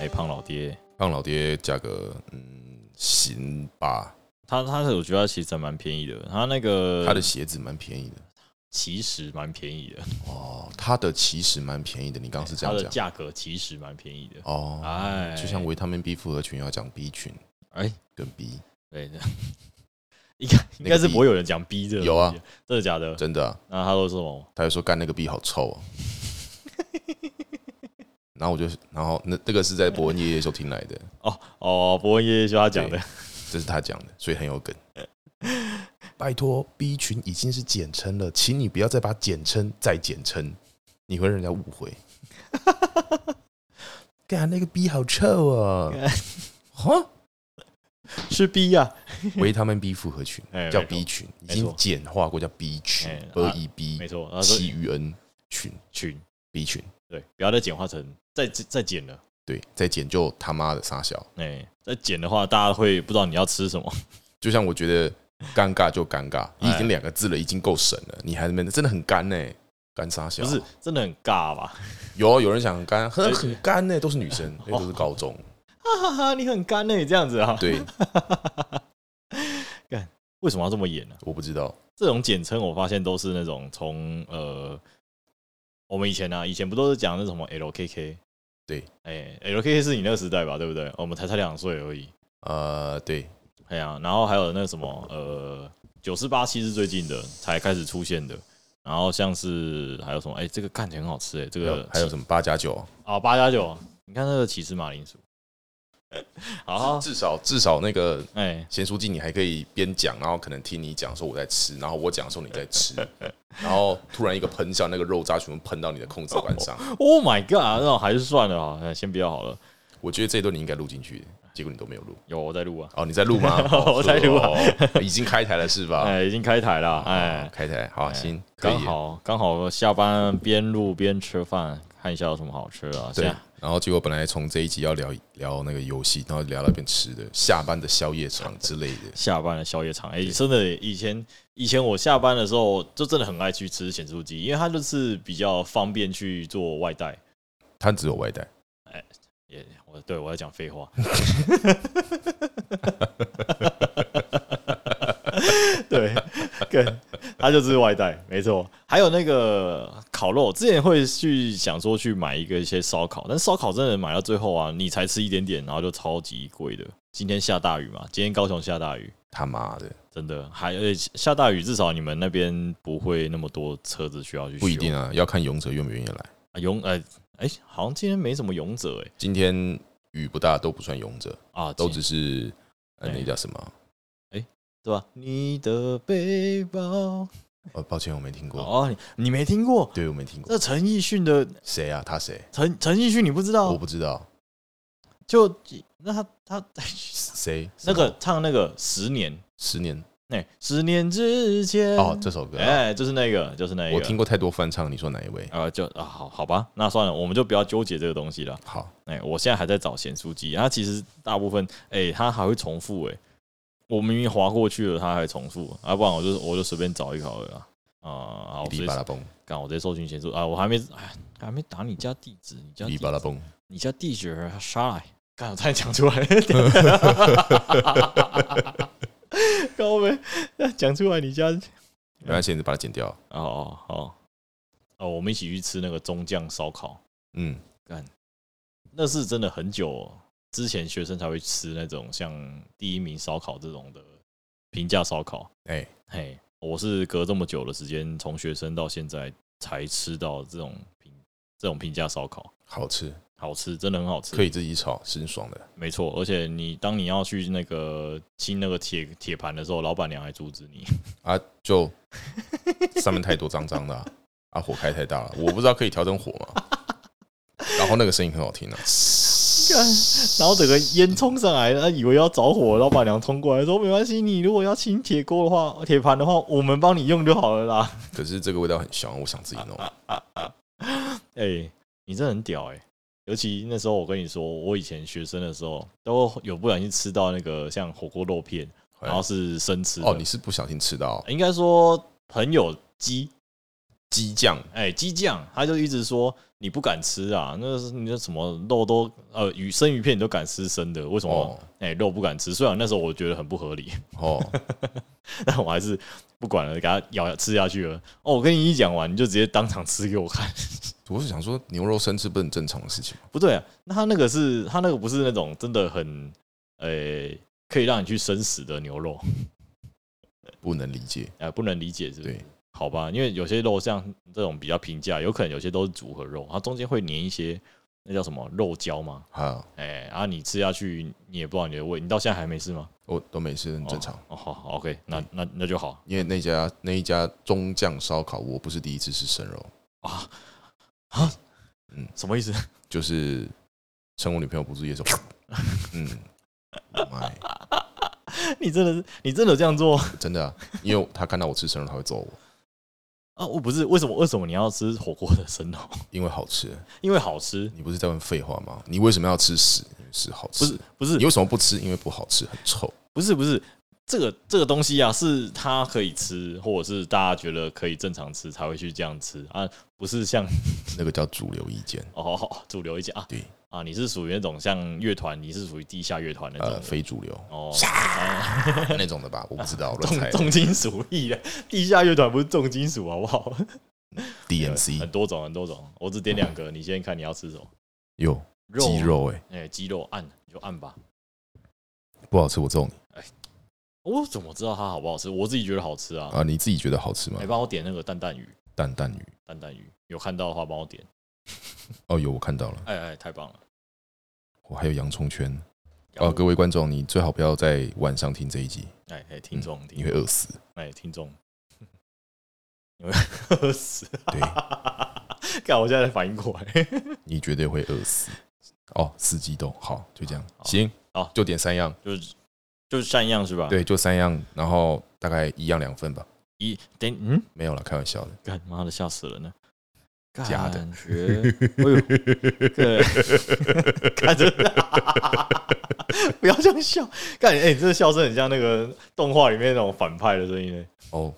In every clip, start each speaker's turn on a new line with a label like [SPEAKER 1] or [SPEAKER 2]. [SPEAKER 1] 哎
[SPEAKER 2] 胖老爹价格，嗯，行吧。
[SPEAKER 1] 他他是我觉得他其实还蛮便宜的，他那个
[SPEAKER 2] 他的鞋子蛮便宜的
[SPEAKER 1] 其实蛮便 宜的，
[SPEAKER 2] 哦，他的其实蛮便宜的。你刚刚是这
[SPEAKER 1] 它
[SPEAKER 2] 样
[SPEAKER 1] 的
[SPEAKER 2] 讲
[SPEAKER 1] 价格其实蛮便宜的。
[SPEAKER 2] 哦，
[SPEAKER 1] 哎，
[SPEAKER 2] 就像维他命 B 复合群要讲 B 群
[SPEAKER 1] 哎，
[SPEAKER 2] 跟 B，
[SPEAKER 1] 对 的，应该应该是
[SPEAKER 2] 那个 B
[SPEAKER 1] 不会有人讲逼这个东西
[SPEAKER 2] 有啊，
[SPEAKER 1] 真的假的？
[SPEAKER 2] 真的啊、
[SPEAKER 1] 那他都是什么？
[SPEAKER 2] 他就说干那个 B 好臭哦、然后我就，然后那那个是在伯恩夜夜秀听来的，
[SPEAKER 1] 哦 哦，伯恩爷爷就他讲的，
[SPEAKER 2] 这是他讲的，所以很有梗。拜托，B 群已经是简称了，请你不要再把简称再简称，你会让人家误 会。干那个 B 好臭啊！ 哈，
[SPEAKER 1] 是啊逼呀。
[SPEAKER 2] 维他命 B 复合群
[SPEAKER 1] 哎
[SPEAKER 2] 叫
[SPEAKER 1] 没错
[SPEAKER 2] B 群，已
[SPEAKER 1] 没错
[SPEAKER 2] 经简化过叫 B 群
[SPEAKER 1] 哎
[SPEAKER 2] ，B
[SPEAKER 1] 啊
[SPEAKER 2] E
[SPEAKER 1] 没
[SPEAKER 2] B
[SPEAKER 1] 错，他说
[SPEAKER 2] 七 U N 群
[SPEAKER 1] 群，
[SPEAKER 2] B 群，
[SPEAKER 1] 对，不要再简化成再再简了。
[SPEAKER 2] 对，再简就他妈的傻小。
[SPEAKER 1] 哎，再简的话，大家会不知道你要吃什么。
[SPEAKER 2] 就像我觉得尴尬就尴尬，你已
[SPEAKER 1] 哎
[SPEAKER 2] 经两个字了，已经够神了，你还那边真的很干呢、干傻小
[SPEAKER 1] 不是，哎真的很尬吧？
[SPEAKER 2] 有有人想很干，
[SPEAKER 1] 而
[SPEAKER 2] 很
[SPEAKER 1] 且
[SPEAKER 2] 很干欸呢、都是女生，
[SPEAKER 1] 哎
[SPEAKER 2] 因
[SPEAKER 1] 哦
[SPEAKER 2] 为都是高中。
[SPEAKER 1] 哈哈哈，你很干呢，这样子啊？
[SPEAKER 2] 对，
[SPEAKER 1] 干，为什么要这么演呢？
[SPEAKER 2] 我不知道，
[SPEAKER 1] 这种简称，我发现都是那种从呃，我们以前啊，以前不都是讲那什么 LKK？
[SPEAKER 2] 对，
[SPEAKER 1] 哎、l k k 是你那个时代吧，对不对？我们才差两岁而已。
[SPEAKER 2] 呃，对，
[SPEAKER 1] 哎呀、然后还有那什么呃，九四八七是最近的才开始出现的。然后像是还有什么？哎、这个看起来很好吃哎、这
[SPEAKER 2] 还有
[SPEAKER 1] 个
[SPEAKER 2] 还有什么八加九，
[SPEAKER 1] 啊八加九，你看那个起司马铃薯， 好，
[SPEAKER 2] 至少至少那个
[SPEAKER 1] 哎、
[SPEAKER 2] 咸书记你还可以边讲，然后可能听你讲说我在吃，然后我讲说你在吃，然后突然一个喷笑，那个肉渣全部喷到你的控制管上。
[SPEAKER 1] o h Oh my god，那还是算了啊，哎先不要好了。
[SPEAKER 2] 我觉得这一段你应该录进去，结果你都没有录。
[SPEAKER 1] 有我在录啊，？
[SPEAKER 2] 哦，你在录吗
[SPEAKER 1] 我在录啊
[SPEAKER 2] 哦，已经开台了是吧？
[SPEAKER 1] 哎、已经开台了，哎、
[SPEAKER 2] 哎，开台好，
[SPEAKER 1] 哎
[SPEAKER 2] 行，啊可以
[SPEAKER 1] 刚。好刚好下班边录边吃饭，看一下有什么好吃的啊。
[SPEAKER 2] 对
[SPEAKER 1] 现在，
[SPEAKER 2] 然后结果本来从这一集要聊聊那个游戏，然后聊到变吃的，下班的宵夜场之类的。
[SPEAKER 1] 下班的宵夜场，哎、真的以前以前我下班的时候就真的很爱去吃咸酥鸡，因为它就是比较方便去做外带。
[SPEAKER 2] 他只有外带，
[SPEAKER 1] 也我对我在讲废话， 对，跟它就是外带，没错。还有那个烤肉，之前会去想说去买一个一些烧烤，但烧烤真的买到最后啊，你才吃一点点，然后就超级贵的。今天下大雨嘛，今天高雄下大雨，
[SPEAKER 2] 他妈的
[SPEAKER 1] 真的还而且下大雨，至少你们那边不会那么多车子需要去修。
[SPEAKER 2] 不一定啊，要看勇者愿不愿意来。
[SPEAKER 1] 啊，勇呃，哎、好像今天没什么勇者哎、
[SPEAKER 2] 今天雨不大，都不算勇者，
[SPEAKER 1] 啊，
[SPEAKER 2] 都
[SPEAKER 1] 今
[SPEAKER 2] 只是呃
[SPEAKER 1] 哎
[SPEAKER 2] 那叫什么？
[SPEAKER 1] 对吧？你的背包。
[SPEAKER 2] 呃，抱歉，我没听过。
[SPEAKER 1] 哦，你你没听过
[SPEAKER 2] 对，我没听过。
[SPEAKER 1] 这陈奕迅的
[SPEAKER 2] 谁啊？他谁？
[SPEAKER 1] 陈陈奕迅，你不知
[SPEAKER 2] 我
[SPEAKER 1] 道？
[SPEAKER 2] 不知道。
[SPEAKER 1] 就那他他
[SPEAKER 2] 谁？
[SPEAKER 1] 那
[SPEAKER 2] 什
[SPEAKER 1] 个
[SPEAKER 2] 么
[SPEAKER 1] 唱那个十年，
[SPEAKER 2] 十年
[SPEAKER 1] 哎、十年之前
[SPEAKER 2] 哦，这首歌啊
[SPEAKER 1] 哎、就是那个，就是那个，
[SPEAKER 2] 我听过太多翻唱，你说哪一位？
[SPEAKER 1] 啊、就啊，好好吧，那算了，我们就不要纠结这个东西了。
[SPEAKER 2] 好，
[SPEAKER 1] 哎、我现在还在找咸酥鸡，它其实大部分，哎、它还会重复、哎，我明明划过去了，它还重复，啊，不然我就我就随便找一个好了啦。啊、好，我直
[SPEAKER 2] 哔哩
[SPEAKER 1] 接
[SPEAKER 2] 吧啦嘣，
[SPEAKER 1] 干，我直接搜寻咸酥啊，我还没哎还没打你家地址，你家
[SPEAKER 2] 哔
[SPEAKER 1] 地
[SPEAKER 2] 哩
[SPEAKER 1] 址
[SPEAKER 2] 吧啦嘣。
[SPEAKER 1] 你叫地址儿杀来，干，我差点讲出来，高呗，讲出来你家
[SPEAKER 2] 没关系，你把它剪掉。
[SPEAKER 1] 哦哦哦哦，我们一起去吃那个中酱烧烤，
[SPEAKER 2] 嗯，
[SPEAKER 1] 那是真的很久之前学生才会吃那种像第一名烧烤这种的平价烧烤，
[SPEAKER 2] 哎，
[SPEAKER 1] 嘿，我是隔这么久的时间，从学生到现在才吃到这种平这种平价烧烤，
[SPEAKER 2] 好吃，
[SPEAKER 1] 好吃，真的很好吃，
[SPEAKER 2] 可以自己炒，是很爽的。
[SPEAKER 1] 没错，而且你当你要去那个清那个铁铁盘的时候，老板娘还阻止你。
[SPEAKER 2] 啊，就上面太多脏脏的啊，啊火开太大了，我不知道可以调整火 嘛。然后那个声音很好听啊，
[SPEAKER 1] 然后整个烟冲上来，他以为要着火，老板娘冲过来说：“没关系，你如果要清铁锅的话，铁盘的话，我们帮你用就好了啦。
[SPEAKER 2] 可是这个味道很香，我想自己弄。
[SPEAKER 1] 哎、你真的很屌哎、尤其那时候我跟你说，我以前学生的时候，都有不小心吃到那个像火锅肉片，然后是生吃的哎
[SPEAKER 2] 哦，你是不小心吃到
[SPEAKER 1] 应该说朋友鸡
[SPEAKER 2] 鸡酱，
[SPEAKER 1] 哎，鸡酱，他就一直说你不敢吃啊，那是你那什么肉都呃鱼生鱼片你都敢吃生的，为什么
[SPEAKER 2] 哦
[SPEAKER 1] 哎、肉不敢吃？虽然那时候我觉得很不合理，
[SPEAKER 2] 哦，
[SPEAKER 1] 但我还是不管了，给他咬吃下去了。哦，我跟你一讲完，你就直接当场吃给我看。
[SPEAKER 2] 我是想说牛肉生吃不是很正常的事情吗？
[SPEAKER 1] 不对、啊，那他那个是他那个不是那种真的很呃、可以让你去生死的牛肉，
[SPEAKER 2] 不能理解，
[SPEAKER 1] 哎、不能理解是不是
[SPEAKER 2] 对？
[SPEAKER 1] 好吧，因为有些肉像这种比较平价，有可能有些都是组合肉，它中间会粘一些那叫什么肉胶嘛。
[SPEAKER 2] 啊，
[SPEAKER 1] 哎、啊，你吃下去，你也不知道你的胃，你到现在还没事吗？
[SPEAKER 2] 我都没事，很正常。嗯
[SPEAKER 1] 哦，好好，OK，那那那就好
[SPEAKER 2] 因为那家那一家中酱烧烤，我不是第一次吃生肉，
[SPEAKER 1] 啊啊，嗯
[SPEAKER 2] 嗯，
[SPEAKER 1] 什么意思？
[SPEAKER 2] 就是趁我女朋友不注意的时候， 嗯，妈耶，
[SPEAKER 1] 你真的是你真的有这样做
[SPEAKER 2] 真的、啊，因为她看到我吃生肉，她会揍我，
[SPEAKER 1] 啊？我不是为什么为什么你要吃火锅的生肉？
[SPEAKER 2] 因为好吃。
[SPEAKER 1] 因为好吃，
[SPEAKER 2] 你不是在问废话吗？你为什么要吃屎？因为是好
[SPEAKER 1] 不
[SPEAKER 2] 吃。
[SPEAKER 1] 是不是
[SPEAKER 2] 你为什么不吃？因为不好吃，很臭。
[SPEAKER 1] 不是不是这个这个东西啊，是它可以吃，或者是大家觉得可以正常吃才会去这样吃啊，不是像
[SPEAKER 2] 那个叫主流意见，
[SPEAKER 1] 哦哦主流一家啊
[SPEAKER 2] 对，
[SPEAKER 1] 啊，你是属于那种像乐团，你是属于地下乐团那种
[SPEAKER 2] 呃，
[SPEAKER 1] 的
[SPEAKER 2] 非主流
[SPEAKER 1] 哦。
[SPEAKER 2] 那种的吧？我不知道， 我乱
[SPEAKER 1] 重
[SPEAKER 2] 猜。
[SPEAKER 1] 重金属艺 人，地下乐团不是重金属好不好很
[SPEAKER 2] DMC
[SPEAKER 1] 多 种很多种，我只点两个，你先看你要吃什么。
[SPEAKER 2] 有
[SPEAKER 1] 肉
[SPEAKER 2] 鸡，肉哎、
[SPEAKER 1] 哎、鸡肉按你就按吧。
[SPEAKER 2] 不好吃，我揍你
[SPEAKER 1] 我怎么知道它好不好吃？我自己觉得好吃啊。
[SPEAKER 2] 啊！你自己觉得好吃吗
[SPEAKER 1] 哎、？帮我点那个蛋蛋鱼，
[SPEAKER 2] 蛋蛋鱼
[SPEAKER 1] 蛋蛋鱼有看到的话帮我点。
[SPEAKER 2] 哦，有我看到了，
[SPEAKER 1] 哎哎，太棒了！
[SPEAKER 2] 我还有洋葱圈哦。各位观众，你最好不要在晚上听这一集，
[SPEAKER 1] 哎哎，听众，
[SPEAKER 2] 你
[SPEAKER 1] 听
[SPEAKER 2] 会
[SPEAKER 1] 众，
[SPEAKER 2] 饿死。
[SPEAKER 1] 哎，听众，你会饿死。
[SPEAKER 2] 对，
[SPEAKER 1] 看我现在才反应过来。
[SPEAKER 2] 你绝对会饿死。哦，四季豆，好，就这样，
[SPEAKER 1] 好
[SPEAKER 2] 行，
[SPEAKER 1] 好
[SPEAKER 2] 就点三样，
[SPEAKER 1] 就是就是像样是吧？，
[SPEAKER 2] 对，就三样，然后大概一样两份吧。
[SPEAKER 1] 一等嗯，
[SPEAKER 2] 没有了，开玩笑的。
[SPEAKER 1] 干妈的吓死人了呢！
[SPEAKER 2] 假的
[SPEAKER 1] 感觉，哎呦，对， 看着，不要这样笑，干哎、你这个笑声很像那个动画里面那种反派的声音呢。
[SPEAKER 2] 哦，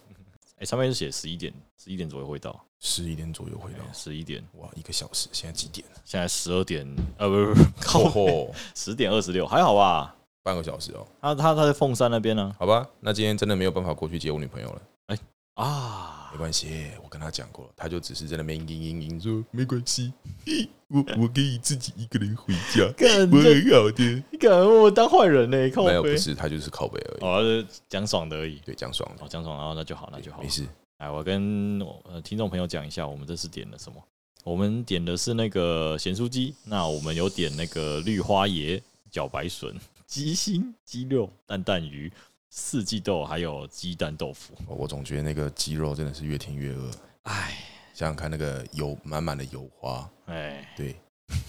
[SPEAKER 1] 哎、上面是写十一点，十一点左右会到，
[SPEAKER 2] 十一点左右回到。
[SPEAKER 1] 十一点，
[SPEAKER 2] 哇，一个小时，现在几点？
[SPEAKER 1] 现在十二点，呃，不不不，靠，
[SPEAKER 2] 哦，
[SPEAKER 1] 十点二十六，还好吧？
[SPEAKER 2] 半个小时哦。
[SPEAKER 1] 他他他在凤山那边呢、
[SPEAKER 2] 好吧，那今天真的没有办法过去接我女朋友了，
[SPEAKER 1] 啊，
[SPEAKER 2] 没关系，我跟她讲过了，她就只是在那边嘤嘤嘤说没关系， 我我可以自己一个人回家，
[SPEAKER 1] 干
[SPEAKER 2] 我
[SPEAKER 1] 这
[SPEAKER 2] 很好的。
[SPEAKER 1] 你敢我当坏人呢、靠
[SPEAKER 2] 没有，不
[SPEAKER 1] 背，
[SPEAKER 2] 是，她就是靠北而已。
[SPEAKER 1] 哦，是讲爽的而已。
[SPEAKER 2] 对，这样爽了，
[SPEAKER 1] 哦，讲爽，然后那就好，那就好
[SPEAKER 2] 没。事。
[SPEAKER 1] 哎，我跟我呃听众朋友讲一下，我们这次点了什么？我们点的是那个咸酥鸡，那我们有点那个绿花椰、茭白笋、鸡心、鸡肉、蛋蛋鱼、四季豆，还有鸡蛋豆腐。
[SPEAKER 2] 哦我总觉得那个鸡肉真的是越听越饿，
[SPEAKER 1] 哎
[SPEAKER 2] 想想看那个油满满的油花，
[SPEAKER 1] 哎，
[SPEAKER 2] 对，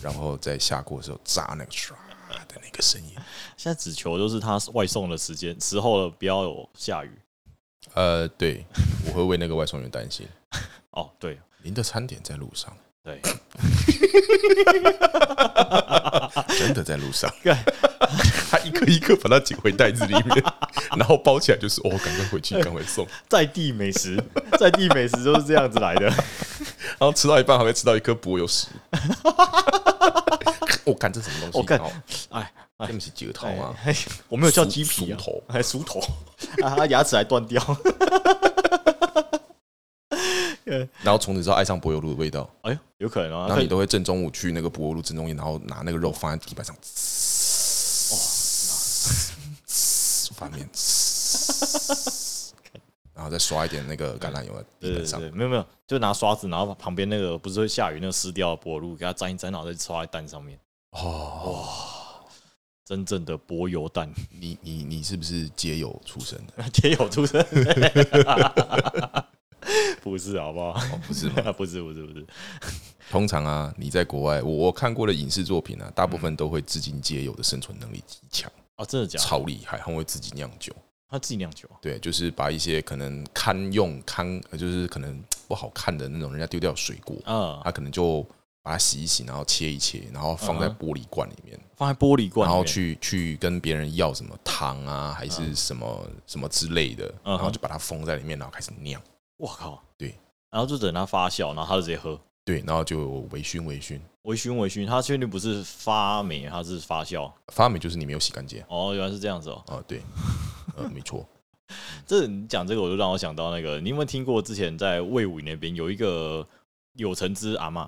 [SPEAKER 2] 然后在下锅的时候炸那个唰的那个声音。
[SPEAKER 1] 现在只求就是它外送的时间时候了，不要有下雨。
[SPEAKER 2] 呃，对，我会为那个外送员担心。
[SPEAKER 1] 哦，对
[SPEAKER 2] 您的餐点在路上，
[SPEAKER 1] 对，
[SPEAKER 2] 真的在路上。他一个一个把它捡回袋子里面，然后包起来，就是哦，赶快回去，赶快送。
[SPEAKER 1] 在地美食， 在地美食就是这样子来的。
[SPEAKER 2] 然后吃到一半，还会吃到一颗柏油石。我看、干这什么东西？
[SPEAKER 1] 我干
[SPEAKER 2] 哦，
[SPEAKER 1] 哎哎
[SPEAKER 2] 这不是几个头吗？
[SPEAKER 1] 哎我没有叫鸡
[SPEAKER 2] 熟
[SPEAKER 1] 皮啊
[SPEAKER 2] 熟，头
[SPEAKER 1] 还熟头，啊，他牙齿还断掉。
[SPEAKER 2] 然后从此之后爱上柏油路的味道，
[SPEAKER 1] 哎呦，有可能啊，
[SPEAKER 2] 然后
[SPEAKER 1] 可
[SPEAKER 2] 你都会正中午去那个柏油路正中间，然后拿那个肉放在地板上，翻面，然后再刷一点那个橄榄油在
[SPEAKER 1] 对
[SPEAKER 2] 地
[SPEAKER 1] 对
[SPEAKER 2] 板上。
[SPEAKER 1] 对，没有没有，就拿刷子，然后旁边那个不是会下雨那个湿掉的柏露，给它沾一沾，然后再刷在蛋上面。
[SPEAKER 2] 哦，
[SPEAKER 1] 真正的柏油蛋，
[SPEAKER 2] 你你你是不是街友出身的？
[SPEAKER 1] 皆有出身， 不是好不好？
[SPEAKER 2] 哦，不是吗？
[SPEAKER 1] 不是不是不是，
[SPEAKER 2] 通常啊，你在国外，我我看过的影视作品啊，大
[SPEAKER 1] 嗯
[SPEAKER 2] 部分都会致敬街友的生存能力极强，
[SPEAKER 1] 啊，真的假的？
[SPEAKER 2] 超厉害，他们会自己酿酒。
[SPEAKER 1] 他自己酿酒啊，
[SPEAKER 2] 对，就是把一些可能堪用堪，呃就是可能不好看的那种人家丢掉的水果，
[SPEAKER 1] 嗯，
[SPEAKER 2] 他可能就把它洗一洗，然后切一切，然后放在
[SPEAKER 1] 嗯
[SPEAKER 2] 玻璃罐里面，
[SPEAKER 1] 放在玻璃罐，
[SPEAKER 2] 然后，去去跟别人要什么糖啊，还是什么什么之类的，
[SPEAKER 1] 嗯嗯哼
[SPEAKER 2] 然后就把它封在里面，然后开始酿。
[SPEAKER 1] 我靠，
[SPEAKER 2] 对，
[SPEAKER 1] 然后就等它发酵，然后他就直接喝。
[SPEAKER 2] 对，然后就微醺微醺，
[SPEAKER 1] 微醺微醺，它确定不是发霉，它是发酵。
[SPEAKER 2] 发霉就是你没有洗干净
[SPEAKER 1] 哦，原来是这样子哦。
[SPEAKER 2] 啊，对，呃，没错，
[SPEAKER 1] 这你讲这个，我就让我想到那个，你有没有听过之前在魏武那边有一个有橙汁阿嬷，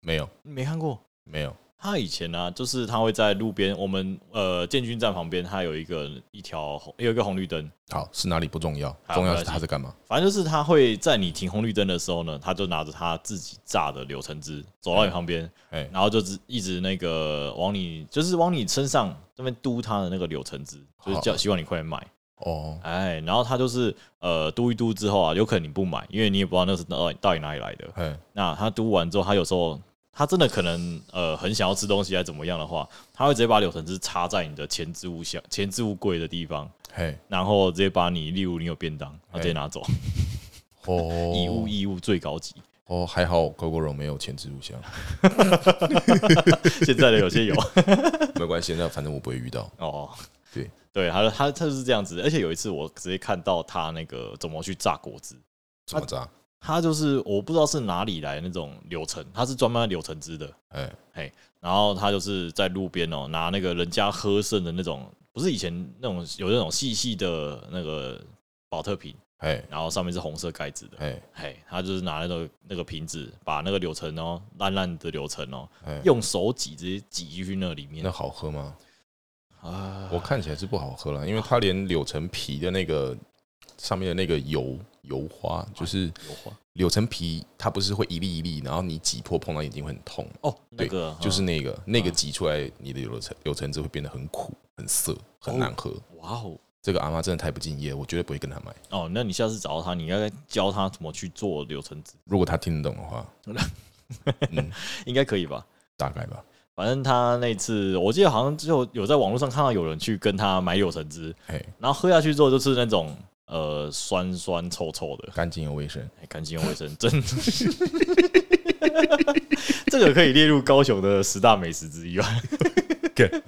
[SPEAKER 2] 没有
[SPEAKER 1] 你没看过？
[SPEAKER 2] 没有，
[SPEAKER 1] 他以前呢、就是他会在路边，我们呃建军站旁边，他有一个一条红，有一个红绿灯，
[SPEAKER 2] 好是哪里不重要，
[SPEAKER 1] 好
[SPEAKER 2] 重要
[SPEAKER 1] 没
[SPEAKER 2] 是
[SPEAKER 1] 关系
[SPEAKER 2] 他在干嘛？
[SPEAKER 1] 反正就是他会在你停红绿灯的时候呢，他就拿着他自己榨的柳橙汁走到你旁边，
[SPEAKER 2] 哎
[SPEAKER 1] 然后就只一直那个往你就是往你身上这边嘟他的那个柳橙汁，就是叫
[SPEAKER 2] 好
[SPEAKER 1] 希望你快点买，
[SPEAKER 2] 哦，
[SPEAKER 1] 哎，然后他就是呃嘟一嘟之后啊，有可能你不买，因为你也不知道那是到底到底哪里来的，
[SPEAKER 2] 哎
[SPEAKER 1] 那他读完之后，他有时候他真的可能呃很想要吃东西，还怎么样的话，他会直接把柳橙汁插在你的前置物箱、前置物柜的地方，
[SPEAKER 2] 嘿
[SPEAKER 1] 然后直接把你，例如你有便当，他
[SPEAKER 2] 哎
[SPEAKER 1] 直接拿走，
[SPEAKER 2] 哦，
[SPEAKER 1] 以物易物最高级。
[SPEAKER 2] 哦，还好 GoGo 肉没有前置录像，
[SPEAKER 1] 现在的有些 有
[SPEAKER 2] 没关系，那反正我不会遇到。
[SPEAKER 1] 哦，
[SPEAKER 2] 对
[SPEAKER 1] 对，他他他就是这样子，而且有一次我直接看到他那个怎么去榨果汁。
[SPEAKER 2] 怎么炸？
[SPEAKER 1] 他就是我不知道是哪里来的那种柳橙，他是专卖柳橙汁的，
[SPEAKER 2] 哎
[SPEAKER 1] 然后他就是在路边哦，拿那个人家喝剩的那种，不是以前那种有那种细细的那个保特瓶，
[SPEAKER 2] 哎
[SPEAKER 1] 然后上面是红色盖子的，
[SPEAKER 2] 哎
[SPEAKER 1] 嘿，他就是拿那个那个瓶子，把那个柳橙哦，烂烂的柳橙哦，
[SPEAKER 2] 哎，
[SPEAKER 1] 用手挤直接挤进去那里面
[SPEAKER 2] 那好喝吗？
[SPEAKER 1] 啊，
[SPEAKER 2] 我看起来是不好喝了，因为它连柳橙皮的那个上面的那个油油花，就是
[SPEAKER 1] 有花
[SPEAKER 2] 柳橙皮，它不是会一粒一粒，然后你挤破碰到眼睛会很痛吗，
[SPEAKER 1] 哦，那
[SPEAKER 2] 对
[SPEAKER 1] 个
[SPEAKER 2] 就是
[SPEAKER 1] 嗯
[SPEAKER 2] 那个那个
[SPEAKER 1] 啊
[SPEAKER 2] 挤出来，你的柳橙柳橙汁会变得很苦、很涩、很难喝。
[SPEAKER 1] 哇哦
[SPEAKER 2] 这个阿妈真的太不敬业，我绝对不会跟她买。
[SPEAKER 1] 哦，那你下次找到他，你应该教他怎么去做柳橙汁，
[SPEAKER 2] 如果她听得懂的话，嗯，
[SPEAKER 1] 应该可以吧？
[SPEAKER 2] 大概吧。
[SPEAKER 1] 反正他那次，我记得好像就有在网络上看到有人去跟他买柳橙汁，
[SPEAKER 2] 哎，
[SPEAKER 1] 然后喝下去之后就是那种呃酸酸臭臭的，
[SPEAKER 2] 干净又卫生。
[SPEAKER 1] 哎干净又卫生，真的。 这个可以列入高雄的十大美食之一吧？
[SPEAKER 2] 干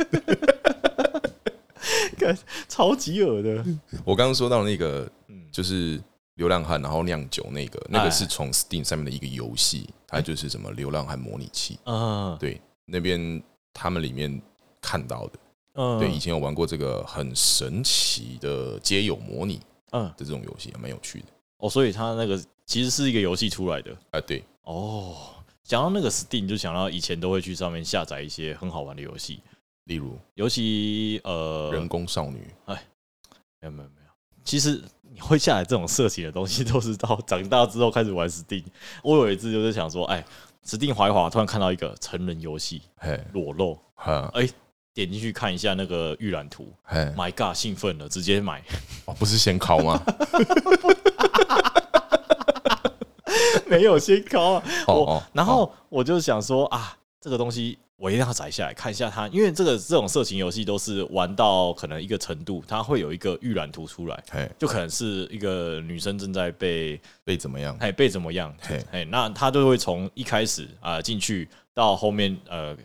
[SPEAKER 1] 干超级恶的，
[SPEAKER 2] 我刚刚说到那个
[SPEAKER 1] 嗯，
[SPEAKER 2] 嗯就是流浪汉，然后酿酒那个，那
[SPEAKER 1] 哎
[SPEAKER 2] 个是从 Steam 上面的一个游戏，它就是什么流浪汉模拟器，
[SPEAKER 1] 嗯
[SPEAKER 2] 对那边他们里面看到的。
[SPEAKER 1] 嗯
[SPEAKER 2] 对，以前有玩过这个很神奇的街友模拟的
[SPEAKER 1] 嗯，
[SPEAKER 2] 这种游戏，蛮有趣的。
[SPEAKER 1] 哦，所以他那个其实是一个游戏出来的
[SPEAKER 2] 啊，对，
[SPEAKER 1] 哦。讲到那个 Steam，就想到以前都会去上面下载一些很好玩的游戏，
[SPEAKER 2] 例如
[SPEAKER 1] 尤其呃，
[SPEAKER 2] 人工少女，
[SPEAKER 1] 没有没有没有，其实你会下载这种色情的东西，都是到长大之后开始玩 Steam。我有一次就是想说，哎，Steam 滑一滑，突然看到一个成人游戏
[SPEAKER 2] 嘿，
[SPEAKER 1] 裸露，
[SPEAKER 2] 哈，
[SPEAKER 1] 点进去看一下那个预览图
[SPEAKER 2] 嘿，
[SPEAKER 1] ，My God，兴奋了，直接买。
[SPEAKER 2] 哦，不是先考吗？
[SPEAKER 1] 没有先高啊，
[SPEAKER 2] 哦
[SPEAKER 1] 我
[SPEAKER 2] 哦，
[SPEAKER 1] 然后我就想说啊，这个东西我一定要载下来看一下它，因为这个这种色情游戏都是玩到可能一个程度，它会有一个预览图出来。
[SPEAKER 2] 嘿，
[SPEAKER 1] 就可能是一个女生正在被
[SPEAKER 2] 被怎么样？
[SPEAKER 1] 哎被怎么样？
[SPEAKER 2] 嘿，
[SPEAKER 1] 哎，那他就会从一开始啊进、去到后面呃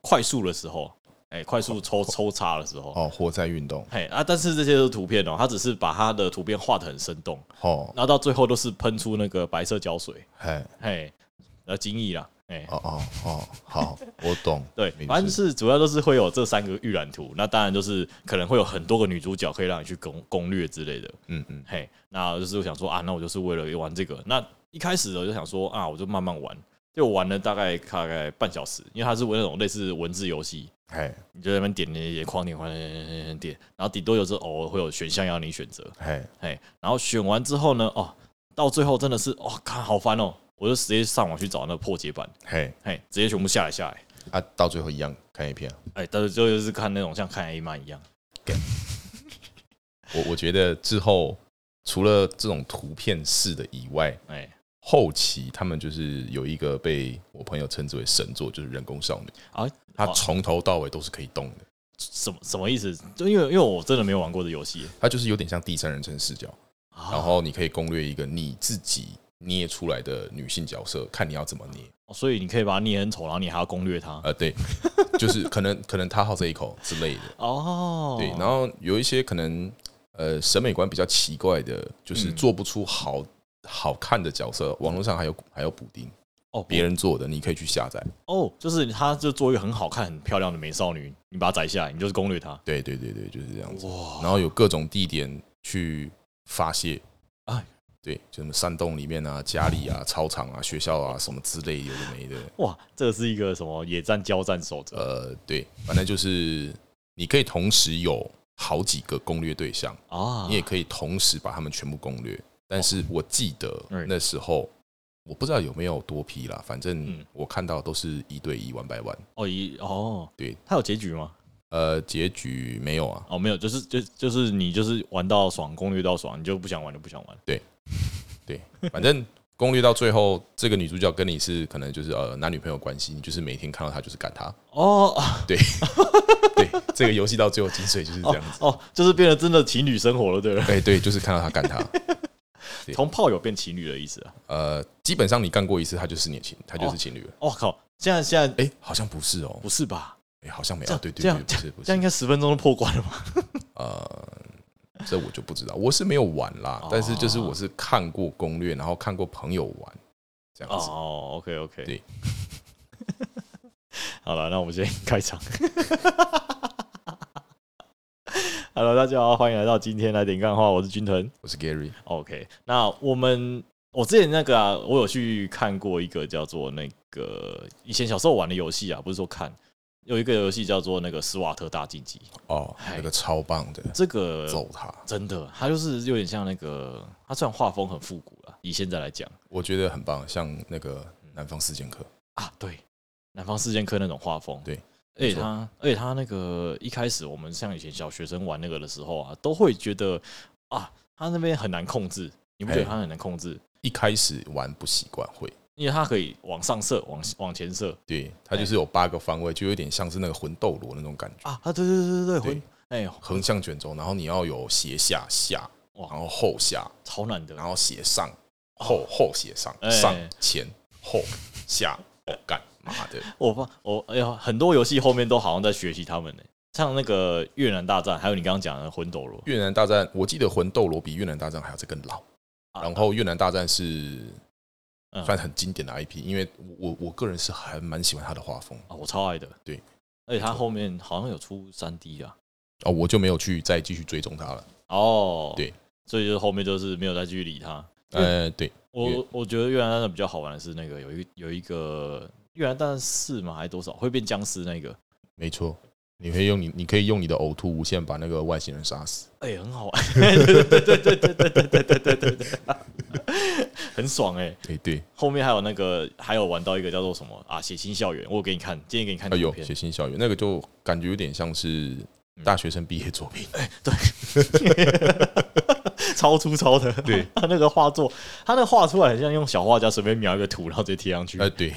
[SPEAKER 1] 快速的时候，哎、快速抽抽插的时候，
[SPEAKER 2] 哦，活在运动，
[SPEAKER 1] 嘿啊，但是这些都是图片哦、他只是把他的图片画的很生动，
[SPEAKER 2] 哦，
[SPEAKER 1] 然后到最后都是喷出那个白色胶水，
[SPEAKER 2] 嘿，
[SPEAKER 1] 嘿，呃，精益啦，哎、
[SPEAKER 2] 哦哦哦，好，我懂，
[SPEAKER 1] 对
[SPEAKER 2] 明，
[SPEAKER 1] 反正
[SPEAKER 2] 白
[SPEAKER 1] 是主要都是会有这三个预览图，那当然就是可能会有很多个女主角可以让你去攻攻略之类的，
[SPEAKER 2] 嗯嗯，
[SPEAKER 1] 嘿，那就是我想说啊，那我就是为了玩这个。那一开始我就想说啊，我就慢慢玩，就玩了大概大概半小时，因为它是那种类似文字游戏，
[SPEAKER 2] 嘿，
[SPEAKER 1] 你就在那边点点点框点框点点点点点，然后顶多有时候偶尔会有选项要你选择，
[SPEAKER 2] 嘿，
[SPEAKER 1] 嘿，然后选完之后呢，哦，到最后真的是哦，看好烦哦，我就直接上网去找那个破解版，
[SPEAKER 2] 嘿，
[SPEAKER 1] 嘿，直接全部下来下来，
[SPEAKER 2] 啊，到最后一样看一片啊。
[SPEAKER 1] 哎，但是就是看那种像看 A 漫一样，
[SPEAKER 2] 我我觉得之后除了这种图片式的以外，
[SPEAKER 1] 哎，
[SPEAKER 2] 后期他们就是有一个被我朋友称之为神作，就是人工少女
[SPEAKER 1] 啊
[SPEAKER 2] 她
[SPEAKER 1] 哇
[SPEAKER 2] 从头到尾都是可以动的，
[SPEAKER 1] 什么什么意思？就因为因为我真的没有玩过的游戏，
[SPEAKER 2] 它就是有点像第三人称视角，
[SPEAKER 1] 啊
[SPEAKER 2] 然后你可以攻略一个你自己捏出来的女性角色，看你要怎么捏。
[SPEAKER 1] 哦所以你可以把它捏很丑，然后你还要攻略它。
[SPEAKER 2] 呃，对，就是可能可能她好这一口之类的，
[SPEAKER 1] 哦，
[SPEAKER 2] 对。然呃后有一些可能呃审美观比较奇怪的，就是
[SPEAKER 1] 嗯
[SPEAKER 2] 做不出好好看的角色，网络上还有还有补丁，
[SPEAKER 1] 哦，
[SPEAKER 2] 别
[SPEAKER 1] 人
[SPEAKER 2] 人做的，你可以去下载。
[SPEAKER 1] 哦，就是他就做一个很好看、很漂亮的美少女，你把她摘下来，你就是攻略她。
[SPEAKER 2] 对对对对，就是这样子。
[SPEAKER 1] 哇，
[SPEAKER 2] 然后有各种地点去发泄
[SPEAKER 1] 哎
[SPEAKER 2] 啊，对，就什么山洞里面啊、家里啊、操场啊、学校啊什么之类有的没的。
[SPEAKER 1] 哇，这是一个什么野战交战守则
[SPEAKER 2] 呃，对，反正就是你可以同时有好几个攻略对象，
[SPEAKER 1] 啊？
[SPEAKER 2] 呃你也可以同时把他们全部攻略。但是我记得
[SPEAKER 1] 嗯
[SPEAKER 2] 那时候。我不知道有没有多批啦，反正
[SPEAKER 1] 嗯
[SPEAKER 2] 我看到都是一对一 one by one，
[SPEAKER 1] 哦一哦，
[SPEAKER 2] 对，
[SPEAKER 1] 它有结局吗？
[SPEAKER 2] 呃，结局没有啊，
[SPEAKER 1] 哦，没有，就是就就是你就是玩到爽，攻略到爽，你就不想玩就不想玩。
[SPEAKER 2] 反正攻略到最后，这个女主角跟你是可能就是呃男女朋友关系，你就是每天看到她就是干她。
[SPEAKER 1] 哦
[SPEAKER 2] 对，这个游戏到最后精髓就是这
[SPEAKER 1] 哦
[SPEAKER 2] 样子。
[SPEAKER 1] 哦，就是变得真的情侣生活了，对不对？
[SPEAKER 2] 哎、对，就是看到她干她。对
[SPEAKER 1] 从炮友变情侣的意思啊！
[SPEAKER 2] 呃，基本上你干过一次，她就是你的情，她就是情侣了。
[SPEAKER 1] 我、哦靠，现在现在
[SPEAKER 2] 哎、好像不是哦、
[SPEAKER 1] 不是吧？
[SPEAKER 2] 哎、好像没
[SPEAKER 1] 这
[SPEAKER 2] 有。
[SPEAKER 1] 样
[SPEAKER 2] 对对
[SPEAKER 1] 这
[SPEAKER 2] 对，
[SPEAKER 1] 样
[SPEAKER 2] 不是不
[SPEAKER 1] 这样应
[SPEAKER 2] 是。
[SPEAKER 1] 该十分钟就破关了吧？
[SPEAKER 2] 呃，这我就不知道，我是没有玩啦，
[SPEAKER 1] 哦
[SPEAKER 2] 但是就是我是看过攻略，然后看过朋友玩这样子。
[SPEAKER 1] 哦，OK OK，
[SPEAKER 2] 对。
[SPEAKER 1] 好了，那我们先开场。Hello，大家好，欢迎来到今天来点干话，我是军腾。
[SPEAKER 2] 我是 Gary，
[SPEAKER 1] OK，那我们我之前那个啊，我有去看过一个叫做那个以前小时候玩的游戏啊，不是说看，有一个游戏叫做那个斯瓦特大竞技，
[SPEAKER 2] 哦，
[SPEAKER 1] 嗨呃
[SPEAKER 2] 那个超棒的，
[SPEAKER 1] 这个
[SPEAKER 2] 揍他！
[SPEAKER 1] 真的，它就是有点像那个，它虽然画风很复古了，以现在来讲
[SPEAKER 2] 我觉得很棒，像那个南方四剑客。
[SPEAKER 1] 啊，对，南方四剑客那种画风，
[SPEAKER 2] 对。
[SPEAKER 1] 而且
[SPEAKER 2] 没错
[SPEAKER 1] 它，而且它那个一开始我们像以前小学生玩那个的时候啊，都会觉得啊，它那边很难控制，你不觉得
[SPEAKER 2] 嘿
[SPEAKER 1] 它很难控制？
[SPEAKER 2] 一开始玩不习惯会，
[SPEAKER 1] 因为它可以往上射，往往前射，
[SPEAKER 2] 对，它
[SPEAKER 1] 哎
[SPEAKER 2] 就是有八个方位，就有点像是那个魂斗罗那种感觉，
[SPEAKER 1] 啊啊，对对对对对，
[SPEAKER 2] 对
[SPEAKER 1] 回哎呦，
[SPEAKER 2] 横向卷轴，然后你要有斜下下，
[SPEAKER 1] 哇
[SPEAKER 2] 然后后下，
[SPEAKER 1] 超难的
[SPEAKER 2] 然，后斜上后后斜上
[SPEAKER 1] 哎
[SPEAKER 2] 上前后下，哦干妈的，
[SPEAKER 1] 我发我哎呀，很多游戏后面都好像在学习他们呢、像那个越南大战，还有你刚刚讲的魂斗罗，
[SPEAKER 2] 越南大战，我记得魂斗罗比越南大战还要再更老，
[SPEAKER 1] 啊
[SPEAKER 2] 然后越南大战是
[SPEAKER 1] 嗯
[SPEAKER 2] 算很经典的 IP，因为我我我个人是还蛮喜欢它的画风
[SPEAKER 1] 啊，我超爱的，
[SPEAKER 2] 对，
[SPEAKER 1] 而且它后面好像有出三 D 啊，
[SPEAKER 2] 哦，我就没有去再继续追踪它了，
[SPEAKER 1] 哦，
[SPEAKER 2] 对，
[SPEAKER 1] 所以就是后面就是没有再继续理它。
[SPEAKER 2] 呃，对，越
[SPEAKER 1] 我我觉得越南大战比较好玩的是那个有一有一个越南大战四嘛，还是多少会变僵尸那个，
[SPEAKER 2] 没错，你可以用你，你可以用你的呕吐无限把那个外星人杀死。
[SPEAKER 1] 哎、很好玩， 对对对对对对对对对对 对，很爽哎、
[SPEAKER 2] 对对，
[SPEAKER 1] 后面还有那个，还有玩到一个叫做什么啊？血腥校园，我有给你看，今天给你看
[SPEAKER 2] 啊
[SPEAKER 1] 图
[SPEAKER 2] 有
[SPEAKER 1] 片。
[SPEAKER 2] 血腥校园那个就感觉有点像是
[SPEAKER 1] 嗯
[SPEAKER 2] 大学生毕业作 品。
[SPEAKER 1] 超粗糙的，
[SPEAKER 2] 对，
[SPEAKER 1] 他那个画作，他那个画出来很像用小画家随便描一个图，然后直接贴上去。
[SPEAKER 2] 哎，对，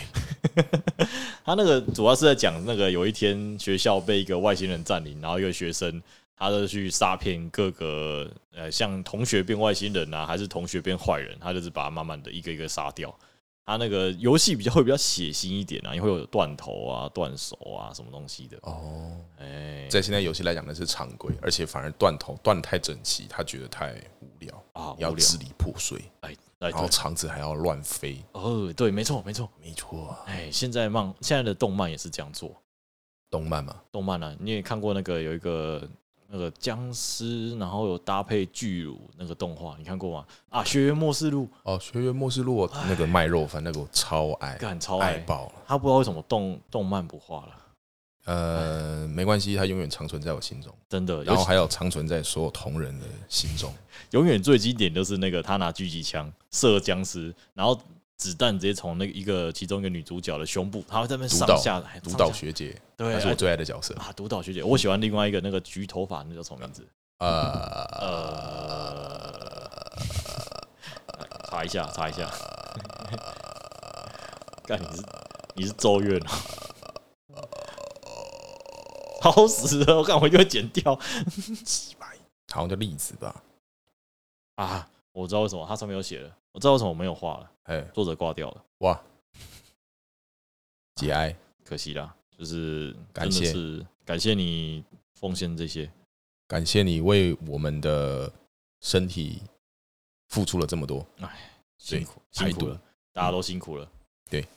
[SPEAKER 1] 他那个主要是在讲那个有一天学校被一个外星人占领，然后一个学生他就去诈骗各个呃，像同学变外星人啊，还是同学变坏人，他就是把他慢慢的一个一个呃杀掉。啊他那个游戏比较会比较血腥一点啊，因为会有断头啊、断手啊什么东西的。
[SPEAKER 2] 哦，
[SPEAKER 1] 哎、
[SPEAKER 2] 在现在游戏来讲那是常规，而且反而断头断得太整齐，他觉得太无聊，
[SPEAKER 1] 啊，
[SPEAKER 2] 要
[SPEAKER 1] 无聊
[SPEAKER 2] 支离破碎，
[SPEAKER 1] 哎，来
[SPEAKER 2] 然后肠子还要乱飞。
[SPEAKER 1] 哦，对，没错，没错。
[SPEAKER 2] 没错啊，
[SPEAKER 1] 哎，现在漫现在的动漫也是这样做，
[SPEAKER 2] 动漫嘛，
[SPEAKER 1] 动漫啊，你也看过那个有一个那个僵尸，然后有搭配巨乳那个动画，你看过吗？啊，《学院末世录
[SPEAKER 2] 哦，《学院末世录》我那个卖肉饭那个我超爱》，
[SPEAKER 1] 干超
[SPEAKER 2] 爱
[SPEAKER 1] 爱，
[SPEAKER 2] 爆了。
[SPEAKER 1] 他不知道为什么动动漫不画了，哎
[SPEAKER 2] 呃，没关系，它永远长存在我心中，
[SPEAKER 1] 真的。
[SPEAKER 2] 然
[SPEAKER 1] 尤
[SPEAKER 2] 后
[SPEAKER 1] 其
[SPEAKER 2] 还有长存在所有同人的心 中。
[SPEAKER 1] 永远最经典就是那个他拿狙击枪射僵尸，然后子弹直接从那个一个其中一个女主角的胸部，他会在那边
[SPEAKER 2] 独
[SPEAKER 1] 上
[SPEAKER 2] 岛
[SPEAKER 1] 下哎
[SPEAKER 2] 独
[SPEAKER 1] 上
[SPEAKER 2] 岛
[SPEAKER 1] 下
[SPEAKER 2] 学姐，
[SPEAKER 1] 对
[SPEAKER 2] 她是我
[SPEAKER 1] 哎
[SPEAKER 2] 最爱的角色。
[SPEAKER 1] 啊，独岛学姐，我喜欢另外一个那个橘头发，那叫什么名字？呃
[SPEAKER 2] 呃，
[SPEAKER 1] 查一下，查一下。 干，你是你是咒怨啊？ 好死了！我看我就会剪掉
[SPEAKER 2] 好像叫栗子吧？
[SPEAKER 1] 啊！我知道为什么，它上面有写了，我知道为什么我没有画了，
[SPEAKER 2] 哎，
[SPEAKER 1] 作者挂掉了，
[SPEAKER 2] 哇，节哀，
[SPEAKER 1] 可惜啦。就是
[SPEAKER 2] 感谢
[SPEAKER 1] 真的是感谢你奉献这些。
[SPEAKER 2] 感谢你为我们的身体付出了这么多。
[SPEAKER 1] 哎，辛苦
[SPEAKER 2] 排
[SPEAKER 1] 辛
[SPEAKER 2] 毒
[SPEAKER 1] 苦了，大家都辛苦了。
[SPEAKER 2] 嗯对，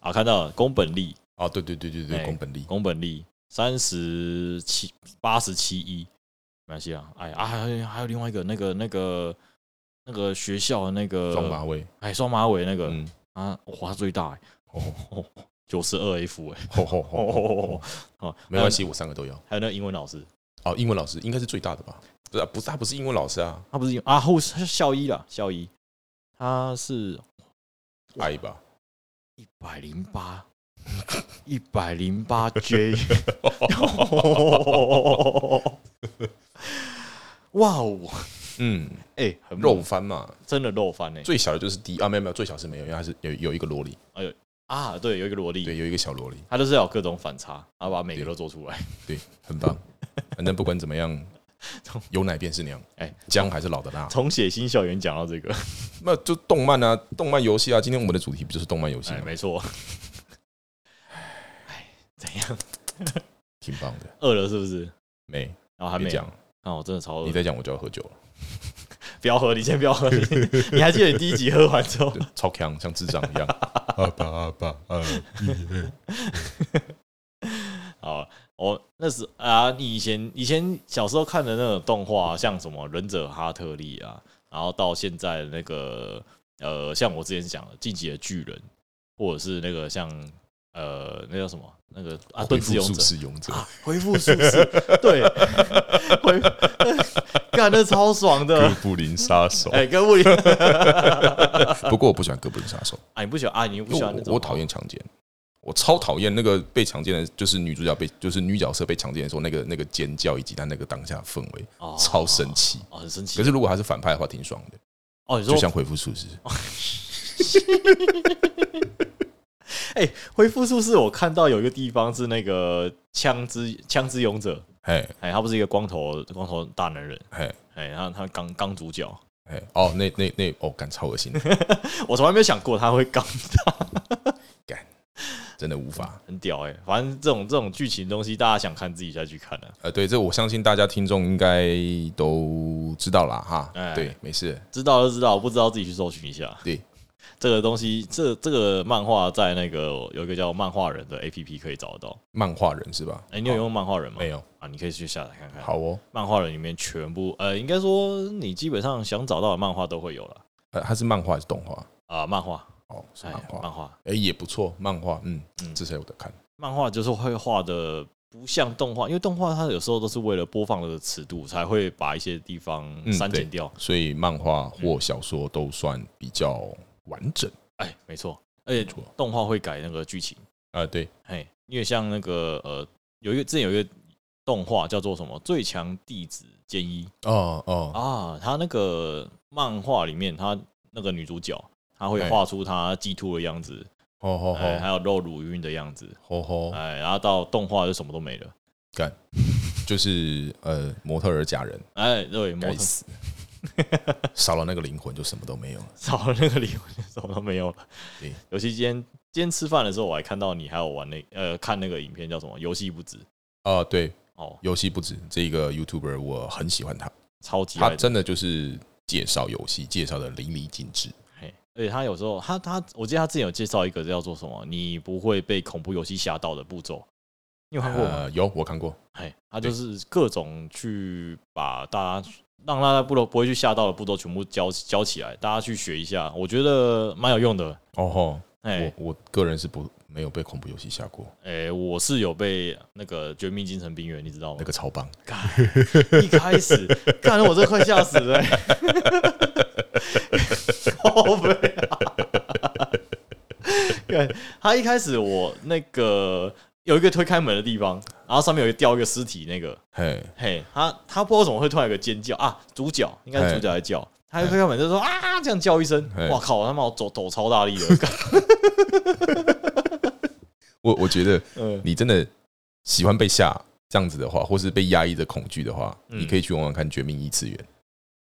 [SPEAKER 1] 啊，看到了宫本利，
[SPEAKER 2] 哦，对对对对对，
[SPEAKER 1] 哎
[SPEAKER 2] 宫本利，
[SPEAKER 1] 宫本利三十七八十七亿，没关系啊。哎啊，还有还有另外一个那个那个那个学校的那个
[SPEAKER 2] 双马，尾，
[SPEAKER 1] 哎，双马尾那个、
[SPEAKER 2] 嗯，
[SPEAKER 1] 啊，哇，他最大、欸，
[SPEAKER 2] 哦
[SPEAKER 1] 九十二 F 哎、
[SPEAKER 2] 吼吼
[SPEAKER 1] 哦
[SPEAKER 2] 吼，
[SPEAKER 1] 哦哦，哦
[SPEAKER 2] 没关。系，我三个都要。
[SPEAKER 1] 还有那个英文老师，
[SPEAKER 2] 哦，英文老师应该是最大的吧？不是啊，不是，他不是英文老师啊，
[SPEAKER 1] 他不是英啊后是校医啦，校医，他是哇
[SPEAKER 2] 矮吧？
[SPEAKER 1] 一百零八，一百零 八 J，哇哦，
[SPEAKER 2] 嗯，
[SPEAKER 1] 哎，很
[SPEAKER 2] 肉
[SPEAKER 1] 猛，
[SPEAKER 2] 翻嘛，
[SPEAKER 1] 真的肉翻哎、
[SPEAKER 2] 最小的就是 D 啊，没有没有，最小是没有，因为它是有有一个萝莉，
[SPEAKER 1] 啊！对，有一个萝莉，
[SPEAKER 2] 对，有一个小萝莉，
[SPEAKER 1] 他就是要有各种反差，然后把每个都做出来。
[SPEAKER 2] 对，很棒。反正不管怎么 样，有奶便是娘，
[SPEAKER 1] 哎
[SPEAKER 2] 姜还是老的辣。
[SPEAKER 1] 从血腥校园讲到这 个，
[SPEAKER 2] 那就动漫啊，动漫游戏啊，今天我们的主题不就是动漫游戏
[SPEAKER 1] 哎，
[SPEAKER 2] 吗？
[SPEAKER 1] 没错。哎，怎样？
[SPEAKER 2] 挺棒的，
[SPEAKER 1] 饿了是不是？
[SPEAKER 2] 啊没
[SPEAKER 1] 然后还
[SPEAKER 2] 别
[SPEAKER 1] 没
[SPEAKER 2] 讲，
[SPEAKER 1] 啊，我真的超饿
[SPEAKER 2] 你。再讲我就要喝酒了，
[SPEAKER 1] 不要喝，你先不要喝。 你你还记得你第一集喝完之后
[SPEAKER 2] 就，超强，像智障一 样。阿爸阿爸啊，
[SPEAKER 1] 好，我那时啊，你以前以前小时候看的那种动画，像什么《忍者哈特利》啊，然后到现在的那个呃，像我之前讲的《进击的巨人》，或者是那个像呃，那叫什么那个啊，《
[SPEAKER 2] 恢
[SPEAKER 1] 盾之
[SPEAKER 2] 复
[SPEAKER 1] 勇
[SPEAKER 2] 术
[SPEAKER 1] 者》
[SPEAKER 2] 士勇者，
[SPEAKER 1] 啊， 恢复术士， 对，恢复， 干的超爽
[SPEAKER 2] 哥
[SPEAKER 1] 的，
[SPEAKER 2] 布林杀手。
[SPEAKER 1] 哎，跟物理，
[SPEAKER 2] 不过我不喜欢哥布林杀手。
[SPEAKER 1] 啊，你不喜欢啊，你不
[SPEAKER 2] 因
[SPEAKER 1] 喜
[SPEAKER 2] 为
[SPEAKER 1] 欢那
[SPEAKER 2] 我
[SPEAKER 1] 种
[SPEAKER 2] 我讨厌强奸，我超讨厌那个被强奸的，就是女主角被就是女角色被强奸的时候那个那个尖叫以及她那个当下的氛围，
[SPEAKER 1] 哦
[SPEAKER 2] 超生气。
[SPEAKER 1] 哦，很生气，
[SPEAKER 2] 可是如果她是反派的话，挺爽的，
[SPEAKER 1] 哦，你
[SPEAKER 2] 就
[SPEAKER 1] 说
[SPEAKER 2] 像恢复术士，
[SPEAKER 1] 哎、恢复术士，我看到有一个地方是那个枪之枪之勇者，
[SPEAKER 2] 嘿
[SPEAKER 1] 哎、他不是一个光头光头大男人，
[SPEAKER 2] 嘿
[SPEAKER 1] 哎、然后他刚刚主角，
[SPEAKER 2] 嘿，哦，那那那哦，干超 恶心的，
[SPEAKER 1] 我从来没有想过他会刚，
[SPEAKER 2] 真的无法。
[SPEAKER 1] 很屌哎、反正这种这种剧情东西，大家想看自己再去看啊。
[SPEAKER 2] 呃，对，这我相信大家听众应该都知道啦，哈。
[SPEAKER 1] 哎
[SPEAKER 2] 对，没事，
[SPEAKER 1] 知道就知道，不知道自己去搜寻一下。
[SPEAKER 2] 对，
[SPEAKER 1] 这个东西，这这个漫画在那个有一个叫漫画人的 A P P 可以找得到。
[SPEAKER 2] 漫画人是吧？
[SPEAKER 1] 哎、你有用漫画人吗？
[SPEAKER 2] 没有？
[SPEAKER 1] 啊，你可以去下载看看。
[SPEAKER 2] 好哦，
[SPEAKER 1] 漫画人里面全部，呃，应该说你基本上想找到的漫画都会有了
[SPEAKER 2] 呃，它是漫画还是动画？
[SPEAKER 1] 啊、漫画，
[SPEAKER 2] 哦，是
[SPEAKER 1] 哎
[SPEAKER 2] 漫，画
[SPEAKER 1] 漫。画，
[SPEAKER 2] 哎，也不错，漫画，嗯
[SPEAKER 1] 嗯，
[SPEAKER 2] 至少有的看。
[SPEAKER 1] 漫画就是会画的不像动画，因为动画它有时候都是为了播放的尺度才会把一些地方
[SPEAKER 2] 嗯
[SPEAKER 1] 删
[SPEAKER 2] 对
[SPEAKER 1] 减掉。
[SPEAKER 2] 所以漫画或小说都算比较完整。
[SPEAKER 1] 哎、没错，而且
[SPEAKER 2] 错
[SPEAKER 1] 动画会改那个剧情，
[SPEAKER 2] 啊，对，
[SPEAKER 1] 嘿，因为像那个呃，有一个之前有一个动画叫做什么《最强弟子剑一
[SPEAKER 2] 哦》哦，
[SPEAKER 1] 啊，他那个漫画里面他那个女主角。她会
[SPEAKER 2] 哎
[SPEAKER 1] 画出她鸡突的样子，
[SPEAKER 2] 吼吼
[SPEAKER 1] 哎，还
[SPEAKER 2] 哦吼哦
[SPEAKER 1] 有露乳晕的样子，
[SPEAKER 2] 吼吼，
[SPEAKER 1] 哎，然后到动画就什么都没了，
[SPEAKER 2] 就是呃，模特儿假人，
[SPEAKER 1] 哎，对，模
[SPEAKER 2] 该
[SPEAKER 1] 特
[SPEAKER 2] 死，少了那个灵魂就什么都没有了。
[SPEAKER 1] 少了那个灵魂，就什么都没有了。
[SPEAKER 2] 对，
[SPEAKER 1] 尤其今天今天吃饭的时候，我还看到你还有玩那呃看那个影片叫什么“游戏不止
[SPEAKER 2] 啊，对，”
[SPEAKER 1] 哦，
[SPEAKER 2] 游戏不止这个 YouTuber，我很喜欢他，
[SPEAKER 1] 超级
[SPEAKER 2] 他
[SPEAKER 1] 爱的。
[SPEAKER 2] 真的就是介绍游戏介绍的淋漓尽致。
[SPEAKER 1] 嘿而且他有时候他他，我记得他之前有介绍一个叫做什么“你不会被恐怖游戏吓到”的步骤，你有看过吗？
[SPEAKER 2] 呃，有我看过，
[SPEAKER 1] 哎，他就是各种去把大家。让大家不都不会去吓到的步骤全部教教起来，大家去学一下，我觉得蛮有用的。
[SPEAKER 2] 哦吼，
[SPEAKER 1] 哎、
[SPEAKER 2] 我我个人是不没有被恐怖游戏吓过，
[SPEAKER 1] 哎、我是有被那个《绝命精神病院》，你知道吗
[SPEAKER 2] 那？个超棒。
[SPEAKER 1] 干， 一开始，干我真的快吓死了、 欸，好悲啊！干他一开始我那个有一个推开门的地方，然后上面有一个掉一个尸体，那个
[SPEAKER 2] 嘿，
[SPEAKER 1] 嘿，他他不知道怎么会突然有个尖叫啊，主角应该是主角在叫。他一推开门就说啊，这样叫一声
[SPEAKER 2] 嘿，
[SPEAKER 1] 哇靠！他妈我抖抖超大力 的，干
[SPEAKER 2] 我我觉得
[SPEAKER 1] 嗯，
[SPEAKER 2] 你真的喜欢被吓这样子的话，或是被压抑着恐惧的话，
[SPEAKER 1] 嗯
[SPEAKER 2] 你可以去玩玩看《绝命异次元》。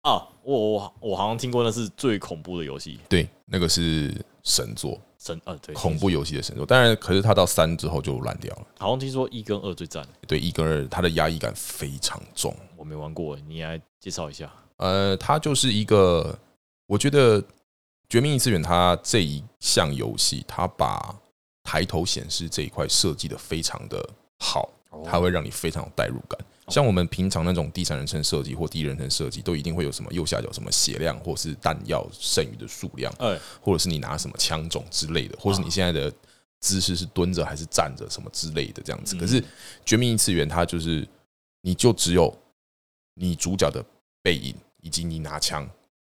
[SPEAKER 1] 啊，我我我好像听过那是最恐怖的游戏，
[SPEAKER 2] 对，那个是神作，
[SPEAKER 1] 神呃对，
[SPEAKER 2] 恐怖游戏的神作。当然，可是它到三之后就烂掉了。
[SPEAKER 1] 好像听说一跟二最赞，
[SPEAKER 2] 对，一跟二它的压抑感非常重。
[SPEAKER 1] 我没玩过，你来介绍一下。
[SPEAKER 2] 呃，它就是一个，我觉得绝命异次元》它这一项游戏，它把抬头显示这一块设计的非常的好，它会让你非常有代入感。像我们平常那种第三人称设计或第一人称设计，都一定会有什么右下角什么血量，或是弹药剩余的数量，
[SPEAKER 1] 哎
[SPEAKER 2] 或者是你拿什么枪种之类
[SPEAKER 1] 啊
[SPEAKER 2] 的，或是你现在的姿势是蹲着还是站着什么之类的这样子。
[SPEAKER 1] 嗯
[SPEAKER 2] 可是《绝命异次元》它就是，你就只有你主角的背影，以及你拿枪，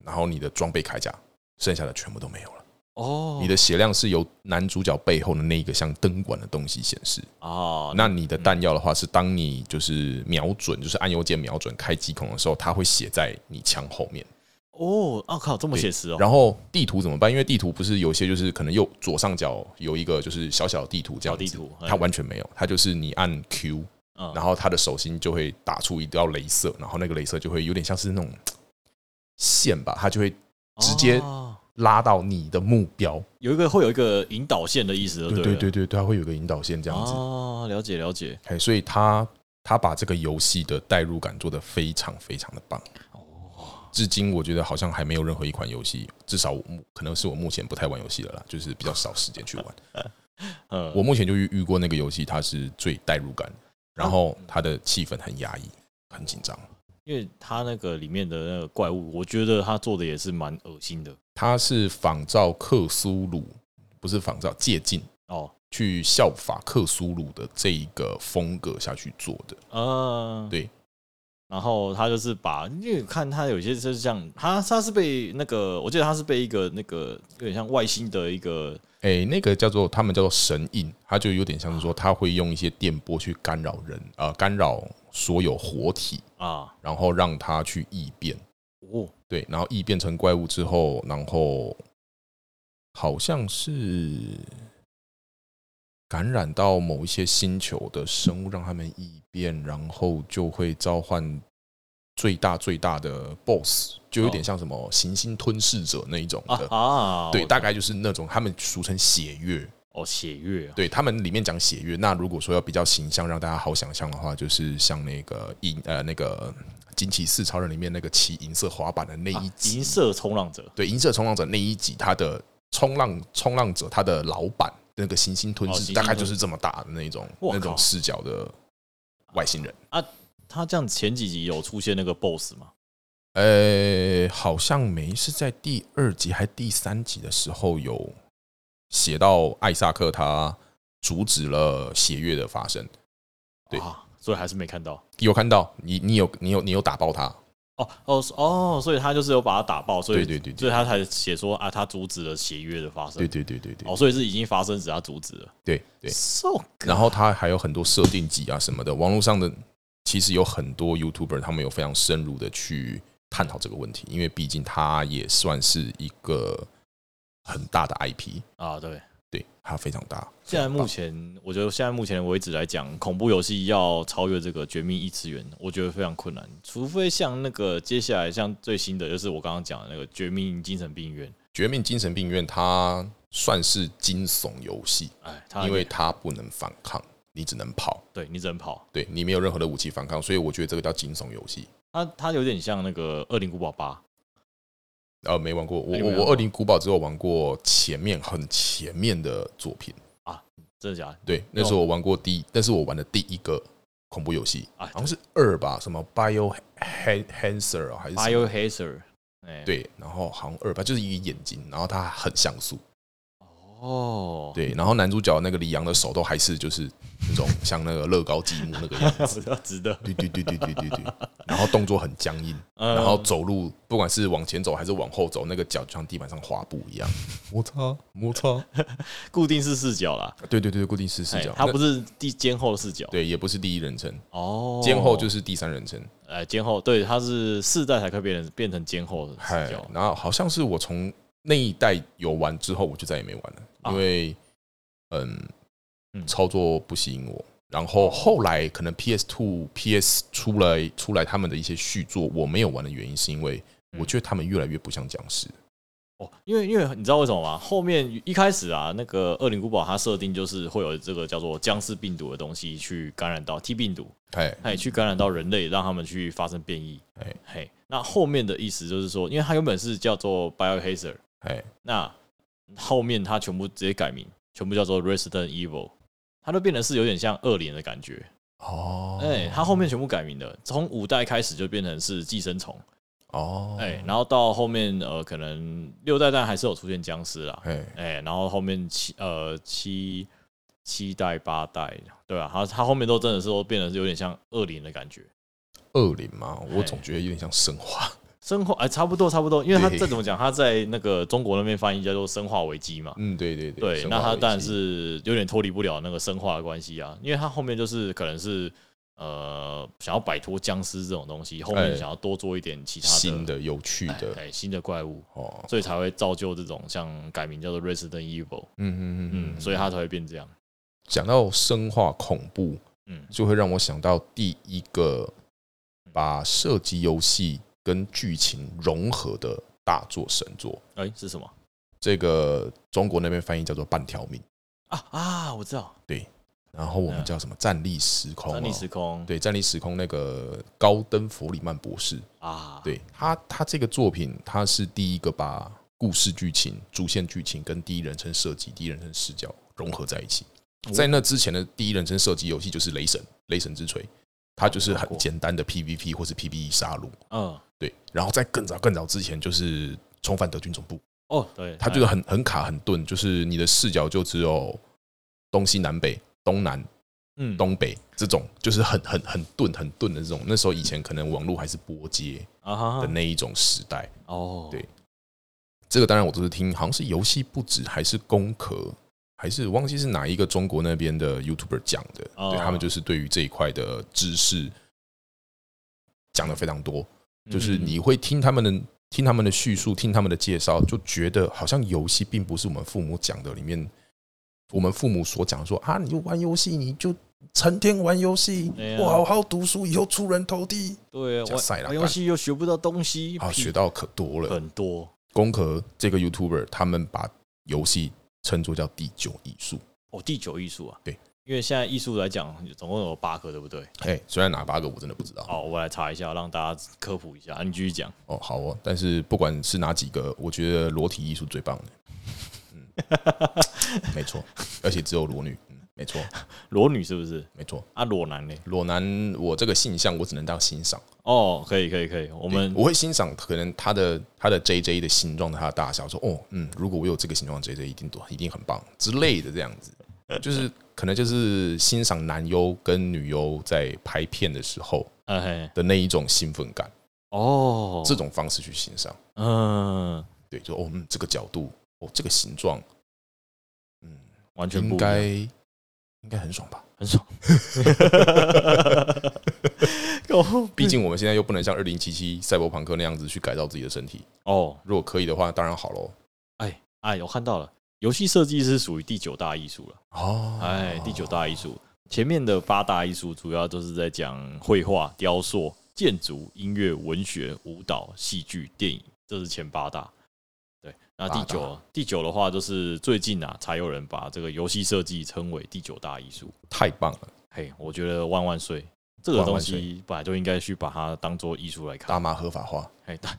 [SPEAKER 2] 然后你的装备铠甲，剩下的全部都没有了。
[SPEAKER 1] 哦，
[SPEAKER 2] 你的血量是由男主角背后的那一个像灯管的东西显示。
[SPEAKER 1] 哦，
[SPEAKER 2] 那你的弹药的话，是当你就是瞄准，就是按右键瞄准开机孔的时候，它会写在你枪后面。
[SPEAKER 1] 哦，啊靠，这么写实哦，
[SPEAKER 2] 然后地图怎么办？因为地图不是有些就是可能右左上角有一个就是小小的地图这样
[SPEAKER 1] 小地
[SPEAKER 2] 子
[SPEAKER 1] 图，嗯
[SPEAKER 2] 它完全没有，它就是你按 Q，
[SPEAKER 1] 嗯
[SPEAKER 2] 然后它的手心就会打出一道镭射，然后那个镭射就会有点像是那种嘖线吧，它就会直接
[SPEAKER 1] 哦
[SPEAKER 2] 拉到你的目标。
[SPEAKER 1] 有一个会有一个引导线的意思，
[SPEAKER 2] 对
[SPEAKER 1] 对
[SPEAKER 2] 对
[SPEAKER 1] 了
[SPEAKER 2] 对对，它会有个引导线这样子。
[SPEAKER 1] 哦，了解了解，
[SPEAKER 2] 哎，所以他他把这个游戏的代入感做得非常非常的棒。至今我觉得好像还没有任何一款游戏，至少我目可能是我目前不太玩游戏了啦，就是比较少时间去玩。
[SPEAKER 1] 嗯，
[SPEAKER 2] 我目前就遇遇过那个游戏，它是最代入感，然后它的气氛很压抑，很紧张。
[SPEAKER 1] 因为他那个里面的那个怪物，我觉得他做的也是蛮恶心的
[SPEAKER 2] 它是仿照克苏鲁，不是仿照借鉴
[SPEAKER 1] 哦，
[SPEAKER 2] 去效法克苏鲁的这一个风格下去做的。
[SPEAKER 1] 嗯，
[SPEAKER 2] 对。
[SPEAKER 1] 然后他就是把，因为看他有些就是像他，他是被那个，我记得他是被一个那个有点像外星的一个
[SPEAKER 2] 诶，那个叫做他们叫做神印，它就有点像是说，它会用一些电波去干扰人，呃，干扰所有活体，
[SPEAKER 1] 啊，
[SPEAKER 2] 然后让它去异变，
[SPEAKER 1] 哦，
[SPEAKER 2] 对，然后异变成怪物之后，然后好像是感染到某一些星球的生物，让他们异变，然后就会召唤最大最大的 BOSS，就
[SPEAKER 1] 哦
[SPEAKER 2] 有点像什么行星吞噬者那一种
[SPEAKER 1] 啊
[SPEAKER 2] 的，
[SPEAKER 1] 啊，
[SPEAKER 2] 对，
[SPEAKER 1] 我
[SPEAKER 2] 大概就是那种他们俗称血月。
[SPEAKER 1] 哦血月啊，
[SPEAKER 2] 对他们里面讲血月，那如果说要比较形象，让大家好想象的话，就是像那个银呃那个惊奇四超人里面那个骑银色滑板的那
[SPEAKER 1] 啊
[SPEAKER 2] 一集，
[SPEAKER 1] 银色冲浪者
[SPEAKER 2] 对银色冲浪者那一集，他的冲浪冲浪者他的老板那个行星吞
[SPEAKER 1] 哦行
[SPEAKER 2] 噬，
[SPEAKER 1] 星
[SPEAKER 2] 大概
[SPEAKER 1] 吞
[SPEAKER 2] 就是这么大的那种
[SPEAKER 1] 我
[SPEAKER 2] 那种
[SPEAKER 1] 靠哦
[SPEAKER 2] 视角的外星人。
[SPEAKER 1] 他这样前几集有出现那个 BOSS 吗？
[SPEAKER 2] 呃，好像没是在第二集还第三集的时候有写到艾萨克他阻止了血月的发生。对
[SPEAKER 1] 啊，所以还是没看到。
[SPEAKER 2] 有看到你，你有你有你有打爆他，
[SPEAKER 1] 哦哦哦，所以他就是有把他打爆，所以
[SPEAKER 2] 对对对对
[SPEAKER 1] 所以他才写说啊，他阻止了协约的发生。
[SPEAKER 2] 对对对对对
[SPEAKER 1] 哦，所以是已经发生，只是他阻止了。
[SPEAKER 2] 对对。
[SPEAKER 1] So，
[SPEAKER 2] 然后他还有很多设定集啊什么的，网络上的其实有很多 YouTuber 他们有非常深入的去探讨这个问题，因为毕竟它也算是一个很大的 IP，
[SPEAKER 1] 啊，对。
[SPEAKER 2] 对，它非常大。
[SPEAKER 1] 现在目前，我觉得现在目前为止来讲，恐怖游戏要超越这个《绝命异次元》，我觉得非常困难。除非像那个接下来像最新的，就是我刚刚讲的那个《绝命精神病院》，
[SPEAKER 2] 绝命精神病院》它算是惊悚游戏，
[SPEAKER 1] 哎，他
[SPEAKER 2] 因为它不能反抗，你只能跑，
[SPEAKER 1] 对你只能跑，
[SPEAKER 2] 对你没有任何的武器反抗，所以我觉得这个叫惊悚游戏。
[SPEAKER 1] 他他有点像那个《恶灵古堡八》
[SPEAKER 2] 呃，没玩过。我
[SPEAKER 1] 哎没
[SPEAKER 2] 我
[SPEAKER 1] 玩
[SPEAKER 2] 我
[SPEAKER 1] 过
[SPEAKER 2] 二零古堡只有玩过前面很前面的作品，
[SPEAKER 1] 真的假的？
[SPEAKER 2] 对，那时候我玩过第一，那是我玩的第一个恐怖游戏，
[SPEAKER 1] 啊
[SPEAKER 2] 好像是二吧，什么 Bio Han- Hancer 啊还是什么
[SPEAKER 1] Biohazard，哎，，
[SPEAKER 2] 对，然后好像二吧，就是一个眼睛，然后它很像素，
[SPEAKER 1] 哦，
[SPEAKER 2] 对，然后男主角那个李阳的手都还是就是那种像那个乐高积木那个样子，
[SPEAKER 1] 比较值得。
[SPEAKER 2] 对对对对对对对，然后动作很僵硬，
[SPEAKER 1] 然
[SPEAKER 2] 然后走路不管是往前走还是往后走，那个脚就像地板上滑步一样， 摩擦摩擦，
[SPEAKER 1] 固定式视角啦，
[SPEAKER 2] 对对对，固定式视角
[SPEAKER 1] 哎，它不
[SPEAKER 2] 是
[SPEAKER 1] 是第肩后视角，
[SPEAKER 2] 对，也不是第一人称，
[SPEAKER 1] 哦，
[SPEAKER 2] 肩后就是是第三人称。
[SPEAKER 1] 哎肩后，对，它是四代才可以变成变成肩后的
[SPEAKER 2] 嗨
[SPEAKER 1] 视角，
[SPEAKER 2] 然后好像是我从那一代有玩之后，我就再也没玩了，
[SPEAKER 1] 啊
[SPEAKER 2] 因为嗯
[SPEAKER 1] 嗯，哦
[SPEAKER 2] 操作不吸引我。然后后来可能 PS Two、PS 出来出来他们的一些续作，我没有玩的原因是因为
[SPEAKER 1] 嗯
[SPEAKER 2] 我觉得他们越来越不像僵尸。
[SPEAKER 1] 哦，因为因为你知道为什么吗？后面一开始啊，那个恶灵古堡它设定就是会有这个叫做僵尸病毒的东西去感染到 T 病毒，
[SPEAKER 2] 哎，
[SPEAKER 1] 它也去感染到人类，让他们去发生变异
[SPEAKER 2] 哎。
[SPEAKER 1] 嘿，那后面的意思就是说，因为它原本是叫做 Biohazard，
[SPEAKER 2] 哎，
[SPEAKER 1] 那后面它全部直接改名，全部叫做 Resident Evil，它都变得是有点像恶灵的感觉。
[SPEAKER 2] 哦
[SPEAKER 1] 哎、它后面全部改名的，从五代开始就变成是寄生虫。
[SPEAKER 2] 哦，
[SPEAKER 1] 哎、然后到后面呃，可能六代但还是有出现僵尸啦。
[SPEAKER 2] 哎，
[SPEAKER 1] 哎、然后后面七呃七七代八代，对啊，它它后面都真的是都变得是有点像恶灵的感觉。
[SPEAKER 2] 恶灵嘛，我
[SPEAKER 1] 哎
[SPEAKER 2] 总觉得有点像 神话。
[SPEAKER 1] 生化哎、差不多差不多，因为它
[SPEAKER 2] 对
[SPEAKER 1] 再怎么讲，它在那个中国那边翻译叫做生化危机嘛。
[SPEAKER 2] 嗯，对对
[SPEAKER 1] 对，
[SPEAKER 2] 神
[SPEAKER 1] 那
[SPEAKER 2] 话
[SPEAKER 1] 它
[SPEAKER 2] 危
[SPEAKER 1] 当然
[SPEAKER 2] 机
[SPEAKER 1] 是有点脱离不了那个生化的关系啊，因为它后面就是可能是呃想要摆脱僵尸这种东西，后面
[SPEAKER 2] 哎
[SPEAKER 1] 想要多做一点其他的
[SPEAKER 2] 新的、有趣的
[SPEAKER 1] 哎、新的怪物，
[SPEAKER 2] 哦，
[SPEAKER 1] 所以才会造就这种像改名叫做 Resident Evil，
[SPEAKER 2] 嗯嗯嗯
[SPEAKER 1] 嗯，
[SPEAKER 2] 嗯，
[SPEAKER 1] 所以它才会变这样，
[SPEAKER 2] 讲到生化恐怖，
[SPEAKER 1] 嗯
[SPEAKER 2] 就会让我想到第一个把射击游戏跟剧情融合的大作神作，
[SPEAKER 1] 哎、是什么
[SPEAKER 2] 这个中国那边翻译叫做《半条命》，
[SPEAKER 1] 啊啊？我知道，
[SPEAKER 2] 然后我们叫什么《战力时空》
[SPEAKER 1] 嗯战力
[SPEAKER 2] 哦。
[SPEAKER 1] 时空，
[SPEAKER 2] 对，《战力时空》那个高登弗里曼博士，
[SPEAKER 1] 啊，，
[SPEAKER 2] 对他，他这个作品，他是第一个把故事剧情、主线剧情跟第一人称射击、第一人称视角融合在一起。在那之前的第一人称射击游戏就是《雷神》《雷神之锤》，它就是
[SPEAKER 1] 看
[SPEAKER 2] 很
[SPEAKER 1] 过
[SPEAKER 2] 简单的 PVP 或是 PVE 杀戮。
[SPEAKER 1] 嗯，
[SPEAKER 2] 对，然后在更早更早之前就是《重返德军总部》，
[SPEAKER 1] 哦，对，
[SPEAKER 2] 它就是很很卡很钝，就是你的视角就只有东西南北、东南、
[SPEAKER 1] 嗯
[SPEAKER 2] 东北这种，就是很很很钝很钝的这种。那时候以前可能网络还是波接
[SPEAKER 1] 啊哈
[SPEAKER 2] 的，那一种时代。
[SPEAKER 1] 哦，
[SPEAKER 2] 对这个当然我都是听，好像是游戏不止还是工壳，还是忘记是哪一个中国那边的 YouTuber 讲的，
[SPEAKER 1] 哦
[SPEAKER 2] 对他们就是对于这一块的知识讲的非常多，
[SPEAKER 1] 嗯
[SPEAKER 2] 就是你会听他们的听他们的叙述，听他们的介绍，就觉得好像游戏并不是我们父母讲的里面，我们父母所讲说啊，你就玩游戏，你就成天玩游戏
[SPEAKER 1] 对，啊
[SPEAKER 2] 不好好读书，以后出人头地，
[SPEAKER 1] 对，
[SPEAKER 2] 加塞
[SPEAKER 1] 玩
[SPEAKER 2] 啦
[SPEAKER 1] 玩游
[SPEAKER 2] 干
[SPEAKER 1] 戏又学不到东西，
[SPEAKER 2] 啊，
[SPEAKER 1] 屁
[SPEAKER 2] 学到可多了。
[SPEAKER 1] 很多
[SPEAKER 2] 工壳这个 YouTuber 他们把游戏称作叫第九艺术。
[SPEAKER 1] 哦。第九艺术啊，
[SPEAKER 2] 对，
[SPEAKER 1] 因为现在艺术来讲，总共有八个，对不对？
[SPEAKER 2] 哎，虽然哪八个我真的不知道
[SPEAKER 1] 好，我来查一下，让大家科普一下。啊你继续讲，
[SPEAKER 2] 哦，好哦，但是不管是哪几个，我觉得裸体艺术最棒的。 嗯，没错，而且只有裸女。嗯，没错，
[SPEAKER 1] 裸女是不是？
[SPEAKER 2] 没错。
[SPEAKER 1] 啊，裸男呢？
[SPEAKER 2] 裸男，我这个性向我只能当欣赏。
[SPEAKER 1] 哦，可以，可以，可以。我
[SPEAKER 2] 我
[SPEAKER 1] 们
[SPEAKER 2] 我会欣赏可能他的他的 J J 的形状，他的大小，说哦，嗯，如果我有这个形状的 J J，一定多一定很棒之类的这样子，就是可能就是欣赏男优跟女优在拍片的时候
[SPEAKER 1] 哎嘿，
[SPEAKER 2] 的那一种兴奋感，
[SPEAKER 1] 哦，
[SPEAKER 2] 这种方式去欣赏。
[SPEAKER 1] 嗯，
[SPEAKER 2] 对，就哦，嗯，这个角度，哦，这个形状，嗯，
[SPEAKER 1] 完全不
[SPEAKER 2] 应
[SPEAKER 1] 一样
[SPEAKER 2] 该应该很爽吧？
[SPEAKER 1] 很 爽。 哦
[SPEAKER 2] 毕竟我们现在又不能像二零七七赛博朋克那样子去改造自己的身体，
[SPEAKER 1] 哦，
[SPEAKER 2] 如果可以的话，当然好喽。
[SPEAKER 1] 哎哎，我看到了，游戏设计是属于第九大艺术了。
[SPEAKER 2] 哦，
[SPEAKER 1] 哎，第九大艺术，前面的八大艺术主要都是在讲绘画、雕塑、建筑、音乐、文学、舞蹈、戏剧、电影，这是前八大。对，那第
[SPEAKER 2] 八
[SPEAKER 1] 九第九的话，就是最近啊，才有人把这个游戏设计称为第九大艺术。
[SPEAKER 2] 太棒了，
[SPEAKER 1] 嘿，我觉得万万岁！这个
[SPEAKER 2] 万
[SPEAKER 1] 东
[SPEAKER 2] 万岁
[SPEAKER 1] 西本来就应该去把它当做艺术来看。
[SPEAKER 2] 大麻合法化。
[SPEAKER 1] 哎，但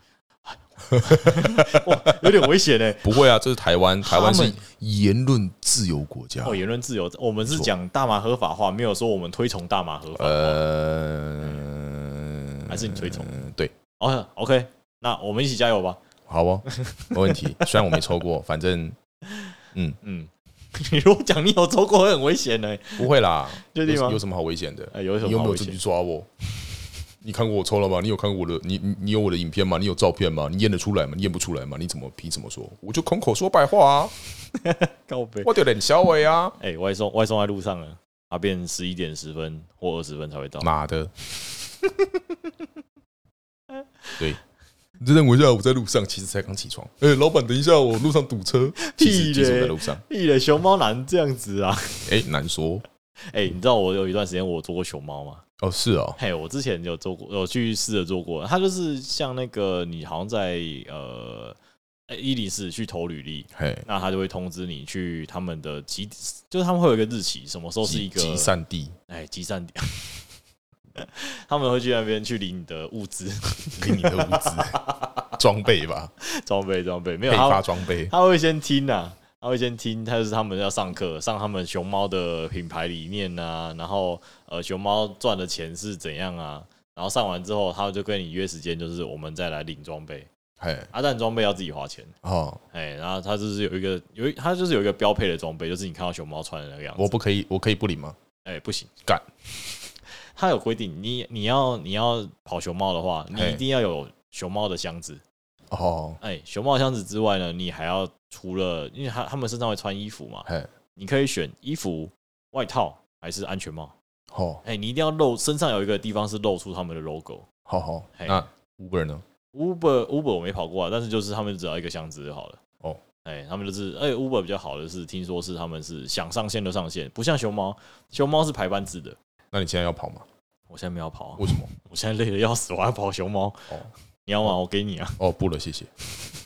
[SPEAKER 1] 哇，有点危险呢。欸
[SPEAKER 2] 不会啊，这是台湾，台湾
[SPEAKER 1] 他
[SPEAKER 2] 是
[SPEAKER 1] 们
[SPEAKER 2] 言论自由国家。
[SPEAKER 1] 哦，言论自由，我们是
[SPEAKER 2] 错
[SPEAKER 1] 讲大麻合法化，没有说我们推崇大麻合法化。
[SPEAKER 2] 呃，
[SPEAKER 1] 还是你推崇
[SPEAKER 2] 嗯对，
[SPEAKER 1] 哦，OK，那我们一起加油吧。
[SPEAKER 2] 好哦，没问题。虽然我没抽过，反正嗯，
[SPEAKER 1] 嗯， 你如果讲你有抽过会很危险呢、
[SPEAKER 2] 不会啦。
[SPEAKER 1] 确定吗
[SPEAKER 2] 有有什么好危险的？
[SPEAKER 1] 哎，有一
[SPEAKER 2] 你
[SPEAKER 1] 种
[SPEAKER 2] 有没
[SPEAKER 1] 好
[SPEAKER 2] 有
[SPEAKER 1] 危
[SPEAKER 2] 证据
[SPEAKER 1] 险。
[SPEAKER 2] 抓我？ 你看过我抽了吗？你有看过我的？你你你有我的影片吗？你有照片吗？你验得出来吗？你验不出来吗？你怎么凭什么说？我就空口说白话啊！
[SPEAKER 1] 告白。
[SPEAKER 2] 我丢脸小伟啊！
[SPEAKER 1] 哎、外送外送在路上了，他变十一点十分或二十分才会到。
[SPEAKER 2] 妈的！对，你真的认为一下我在路上，其实才刚起床。哎、老板，等一下，我路上堵车。其实
[SPEAKER 1] 屁
[SPEAKER 2] 其实我在
[SPEAKER 1] 嘞
[SPEAKER 2] 路上。
[SPEAKER 1] 屁嘞，熊猫男这样子啊！
[SPEAKER 2] 哎、难说
[SPEAKER 1] 哎、你知道我有一段时间我做过熊猫吗？
[SPEAKER 2] 哦，是哦，
[SPEAKER 1] 嘿，我之前有做过，有去试着做过。它就是像那个你好像在呃一零四去投履历，
[SPEAKER 2] 嘿，
[SPEAKER 1] 那他就会通知你去他们的集，就是他们会有一个日期，什么时候是一
[SPEAKER 2] 集
[SPEAKER 1] 个
[SPEAKER 2] 集散地
[SPEAKER 1] 哎集散点。 他们会去那边去领你的物资
[SPEAKER 2] 给你的物资装备吧，
[SPEAKER 1] 装备装备，没有
[SPEAKER 2] 配
[SPEAKER 1] 他
[SPEAKER 2] 发
[SPEAKER 1] 会
[SPEAKER 2] 装备。
[SPEAKER 1] 他会先听啊，他会先听，他就是他们要上课，上他们熊猫的品牌理念啊，然后呃熊猫赚的钱是怎样啊，然后上完之后，他们就跟你约时间，就是我们再来领装备，
[SPEAKER 2] 嘿，
[SPEAKER 1] 啊，但装备要自己花钱，
[SPEAKER 2] 哦，
[SPEAKER 1] 哎，然后他就是有一个有一他就是有一个标配的装备，就是你看到熊猫穿的那个样子，
[SPEAKER 2] 我不可以，我可以不领吗？
[SPEAKER 1] 哎、不行，
[SPEAKER 2] 干！
[SPEAKER 1] 他有规定，你你要你要跑熊猫的话，你
[SPEAKER 2] 嘿
[SPEAKER 1] 一定要有熊猫的箱子。
[SPEAKER 2] 哦，
[SPEAKER 1] 哎、熊猫的箱子之外呢，你还要除了，因为他他们身上会穿衣服嘛，
[SPEAKER 2] 嘿，
[SPEAKER 1] 你可以选衣服、外套还是安全帽。
[SPEAKER 2] 好，
[SPEAKER 1] 哎、你一定要露身上有一个地方是露出他们的 logo。
[SPEAKER 2] 好好。
[SPEAKER 1] 嘿
[SPEAKER 2] 那 Uber 呢？
[SPEAKER 1] Uber Uber 我没跑过啊，但是就是他们只要一个箱子就好了。
[SPEAKER 2] 哦，
[SPEAKER 1] 哎，他们就是哎、Uber 比较好的是，听说是他们是想上线就上线，不像熊猫，熊猫是排班制的。
[SPEAKER 2] 那你现在要跑吗？
[SPEAKER 1] 我现在没有跑啊、
[SPEAKER 2] 为什么？
[SPEAKER 1] 我现在累得要死，我还跑熊猫。
[SPEAKER 2] 哦
[SPEAKER 1] 你要吗？我给你啊，
[SPEAKER 2] 哦，不了，谢谢，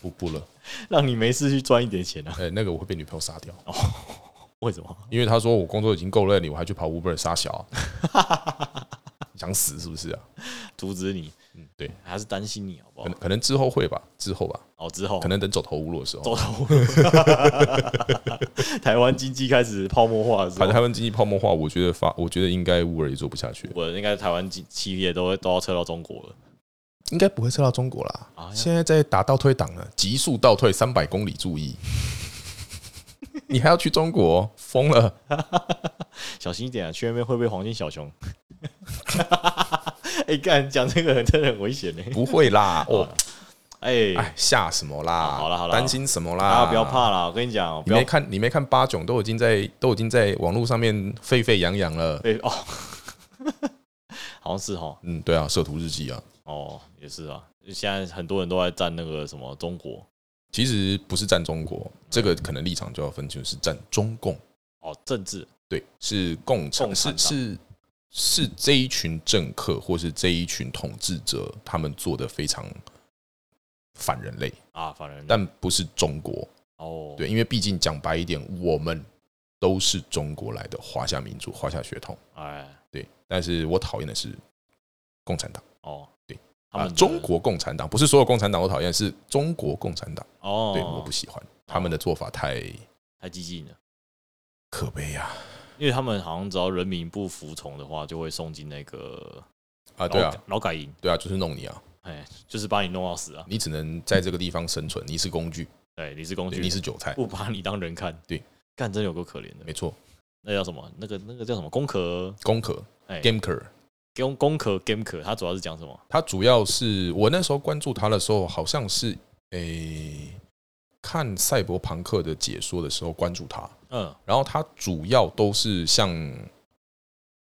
[SPEAKER 2] 不不
[SPEAKER 1] 哦
[SPEAKER 2] 了。
[SPEAKER 1] 让你没事去赚一点钱啊。
[SPEAKER 2] 哎，那个我会被女朋友杀掉，
[SPEAKER 1] 哦为什么？
[SPEAKER 2] 因为她说我工作已经够累了，我还去跑 Uber 杀小啊， 想死是不是啊？
[SPEAKER 1] 阻止你，
[SPEAKER 2] 嗯，对，
[SPEAKER 1] 还是担心你好不
[SPEAKER 2] 可
[SPEAKER 1] 好
[SPEAKER 2] 能？可能之后会吧，之后吧，
[SPEAKER 1] 哦，之后
[SPEAKER 2] 可能等走投无路的时候，
[SPEAKER 1] 走投无路， 台湾经济开始泡沫化的时
[SPEAKER 2] 反正
[SPEAKER 1] 候，
[SPEAKER 2] 台湾经济泡沫化，我觉得发，我觉得应该 Uber 也做不下去，
[SPEAKER 1] 我应该台湾企企业都会都要撤到中国了
[SPEAKER 2] 应该不会撤到中国啦。
[SPEAKER 1] 啊。
[SPEAKER 2] 现在在打倒退档了，急速倒退三百公里，注意，你还要去中国，疯了！
[SPEAKER 1] 小心一点啊，去那边会被黄金小熊。 哎、干讲这个真的很危险呢、
[SPEAKER 2] 不会啦，哦，
[SPEAKER 1] 哎、
[SPEAKER 2] 哎，吓什么啦？
[SPEAKER 1] 好啦好啦啊
[SPEAKER 2] 担心什么啦？
[SPEAKER 1] 大家不要。怕啦，我跟你讲，哦
[SPEAKER 2] 你
[SPEAKER 1] 不要
[SPEAKER 2] 没看，你没看八囧都已经在都已经在网络上面沸沸扬扬了。
[SPEAKER 1] 被哦，哦 好像是哦，
[SPEAKER 2] 嗯，对啊，社图日记啊，
[SPEAKER 1] 哦，也是啊，现在很多人都在站那个什么中国
[SPEAKER 2] 其实不是站中
[SPEAKER 1] 嗯
[SPEAKER 2] 国，这个可能立场就要分清，是站中共。
[SPEAKER 1] 哦，政治
[SPEAKER 2] 对，是共产，
[SPEAKER 1] 共
[SPEAKER 2] 是
[SPEAKER 1] 产党
[SPEAKER 2] 是是这一群政客或是这一群统治者，他们做的非常反人类，
[SPEAKER 1] 啊，反正
[SPEAKER 2] 但不是中国。
[SPEAKER 1] 哦，
[SPEAKER 2] 对，因为毕竟讲白一点，我们都是中国来的华夏民族、华夏血统。
[SPEAKER 1] 哎
[SPEAKER 2] 对，但是我讨厌的是共产党
[SPEAKER 1] 哦，
[SPEAKER 2] 对，
[SPEAKER 1] 他
[SPEAKER 2] 啊
[SPEAKER 1] 们，的
[SPEAKER 2] 中国共产党不是所有共产党我讨厌，是中国共产党，
[SPEAKER 1] 哦，
[SPEAKER 2] 对，我不喜欢他们的做法太
[SPEAKER 1] 太激进了，
[SPEAKER 2] 可悲啊呀！
[SPEAKER 1] 因为他们好像只要人民不服从的话，就会送进那个
[SPEAKER 2] 啊，
[SPEAKER 1] 劳
[SPEAKER 2] 对啊，
[SPEAKER 1] 劳改营，
[SPEAKER 2] 对啊，就是弄你啊，
[SPEAKER 1] 哎，就是把你弄到死啊，
[SPEAKER 2] 你只能在这个地方生存，你是工具，
[SPEAKER 1] 对，你是工
[SPEAKER 2] 对，
[SPEAKER 1] 具，
[SPEAKER 2] 你是韭菜。
[SPEAKER 1] 不把你当人看，
[SPEAKER 2] 对，
[SPEAKER 1] 干真有够可怜的
[SPEAKER 2] 没，错，
[SPEAKER 1] 那叫什么？那个那个叫什么？工壳
[SPEAKER 2] 工壳
[SPEAKER 1] 哎
[SPEAKER 2] Game 壳，
[SPEAKER 1] 工工壳 game 壳，它主要是讲什么？
[SPEAKER 2] 他主要是我那时候关注他的时候，好像是诶、看赛博朋克的解说的时候关注他，
[SPEAKER 1] 嗯，
[SPEAKER 2] 然后他主要都是像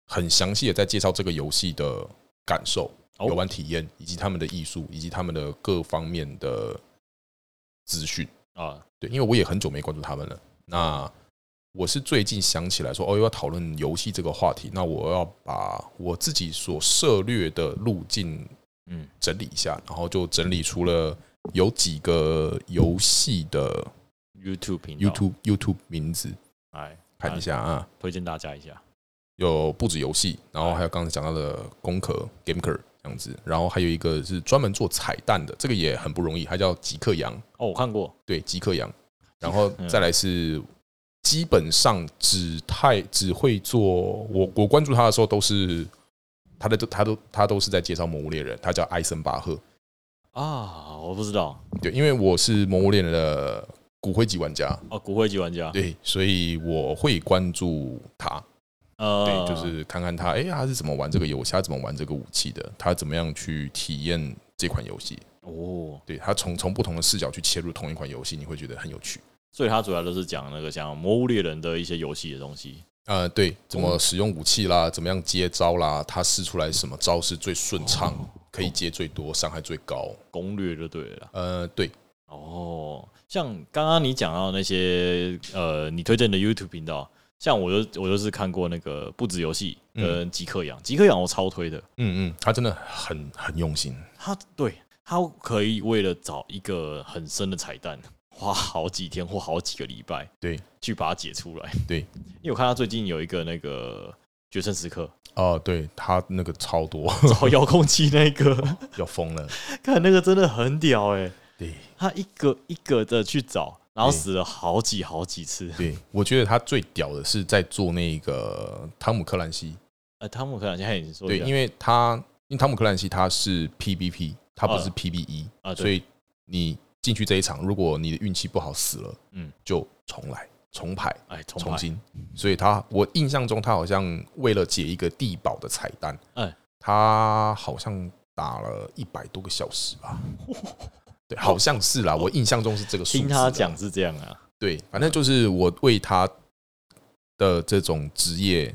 [SPEAKER 2] 很详细的在介绍这个游戏的感受、
[SPEAKER 1] 哦
[SPEAKER 2] 游玩体验，以及他们的艺术，以及他们的各方面的资讯。
[SPEAKER 1] 啊，
[SPEAKER 2] 对，因为我也很久没关注他们了。那我是最近想起来说，哦，要讨论游戏这个话题，那我要把我自己所涉略的路径
[SPEAKER 1] 嗯，
[SPEAKER 2] 整理一下，然后就整理出了有几个游戏的
[SPEAKER 1] YouTube 频道
[SPEAKER 2] YouTube YouTube 名字，
[SPEAKER 1] 哎，
[SPEAKER 2] 看一下啊，
[SPEAKER 1] 推荐大家一下。
[SPEAKER 2] 有不止游戏，然后还有刚才讲到的工壳 GameCore 这样子，然后还有一个是专门做彩蛋的，这个也很不容易，它叫极客羊，
[SPEAKER 1] 哦，我看过，
[SPEAKER 2] 对，极客羊，然后再来是基本上只太只会做，我我关注他的时候都是他的他都他都是在介绍《魔物猎人》，他叫艾森巴赫，
[SPEAKER 1] 啊，我不知道
[SPEAKER 2] 对，因为我是《魔物猎人》的骨灰级玩家，
[SPEAKER 1] 哦，骨灰级玩家，
[SPEAKER 2] 对，所以我会关注他，
[SPEAKER 1] 呃，
[SPEAKER 2] 对，就是看看他，哎、他是怎么玩这个游戏，他怎么玩这个武器的，他怎么样去体验这款游戏，
[SPEAKER 1] 哦，
[SPEAKER 2] 对他从从不同的视角去切入同一款游戏，你会觉得很有趣。
[SPEAKER 1] 所以它主要都是讲那个像《魔物猎人》的一些游戏的东西。
[SPEAKER 2] 呃，对，怎么使用武器啦，怎么样接招啦，他试出来什么招式最顺畅，可以接最多，伤害最高。
[SPEAKER 1] 攻略就对了啦。
[SPEAKER 2] 呃，对，
[SPEAKER 1] 哦，像刚刚你讲到那些呃，你推荐的 YouTube 频道，像我就我就是看过那个不止游戏跟极客养，极客养我超推的，
[SPEAKER 2] 嗯嗯，他真的很很用心，
[SPEAKER 1] 他对他可以为了找一个很深的彩蛋， 花好几天或好几个礼拜，
[SPEAKER 2] 对，
[SPEAKER 1] 去把它解出来，
[SPEAKER 2] 对，
[SPEAKER 1] 因为我看他最近有一个那个决胜时刻，
[SPEAKER 2] 啊，对他那个超多
[SPEAKER 1] 找遥控器那个，
[SPEAKER 2] 要疯了，
[SPEAKER 1] 看那个真的很屌哎、
[SPEAKER 2] 对
[SPEAKER 1] 他一个一个的去找，然后
[SPEAKER 2] 对
[SPEAKER 1] 死了好几好几次。
[SPEAKER 2] 对，我觉得他最屌的是在做那个汤姆克兰西，
[SPEAKER 1] 呃，汤姆克兰现在已经说
[SPEAKER 2] 对，因
[SPEAKER 1] 为
[SPEAKER 2] 为他因为汤姆克兰西他是 PBP，他不是
[SPEAKER 1] 啊
[SPEAKER 2] PBE，、
[SPEAKER 1] 啊，
[SPEAKER 2] 所
[SPEAKER 1] 对，
[SPEAKER 2] 以你进去这一场，如果你的运气不好死了，
[SPEAKER 1] 嗯
[SPEAKER 2] 嗯，就重来重排。
[SPEAKER 1] 哎，重
[SPEAKER 2] 重
[SPEAKER 1] 拍
[SPEAKER 2] 新。所以他，我印象中他好像为了解一个地堡的彩蛋，
[SPEAKER 1] 哎
[SPEAKER 2] 他好像打了一百多个小时 吧。对，好像是啦，我印象中是这个数字。
[SPEAKER 1] 听他，讲是这样啊，
[SPEAKER 2] 对，反正就是我为他的这种职业，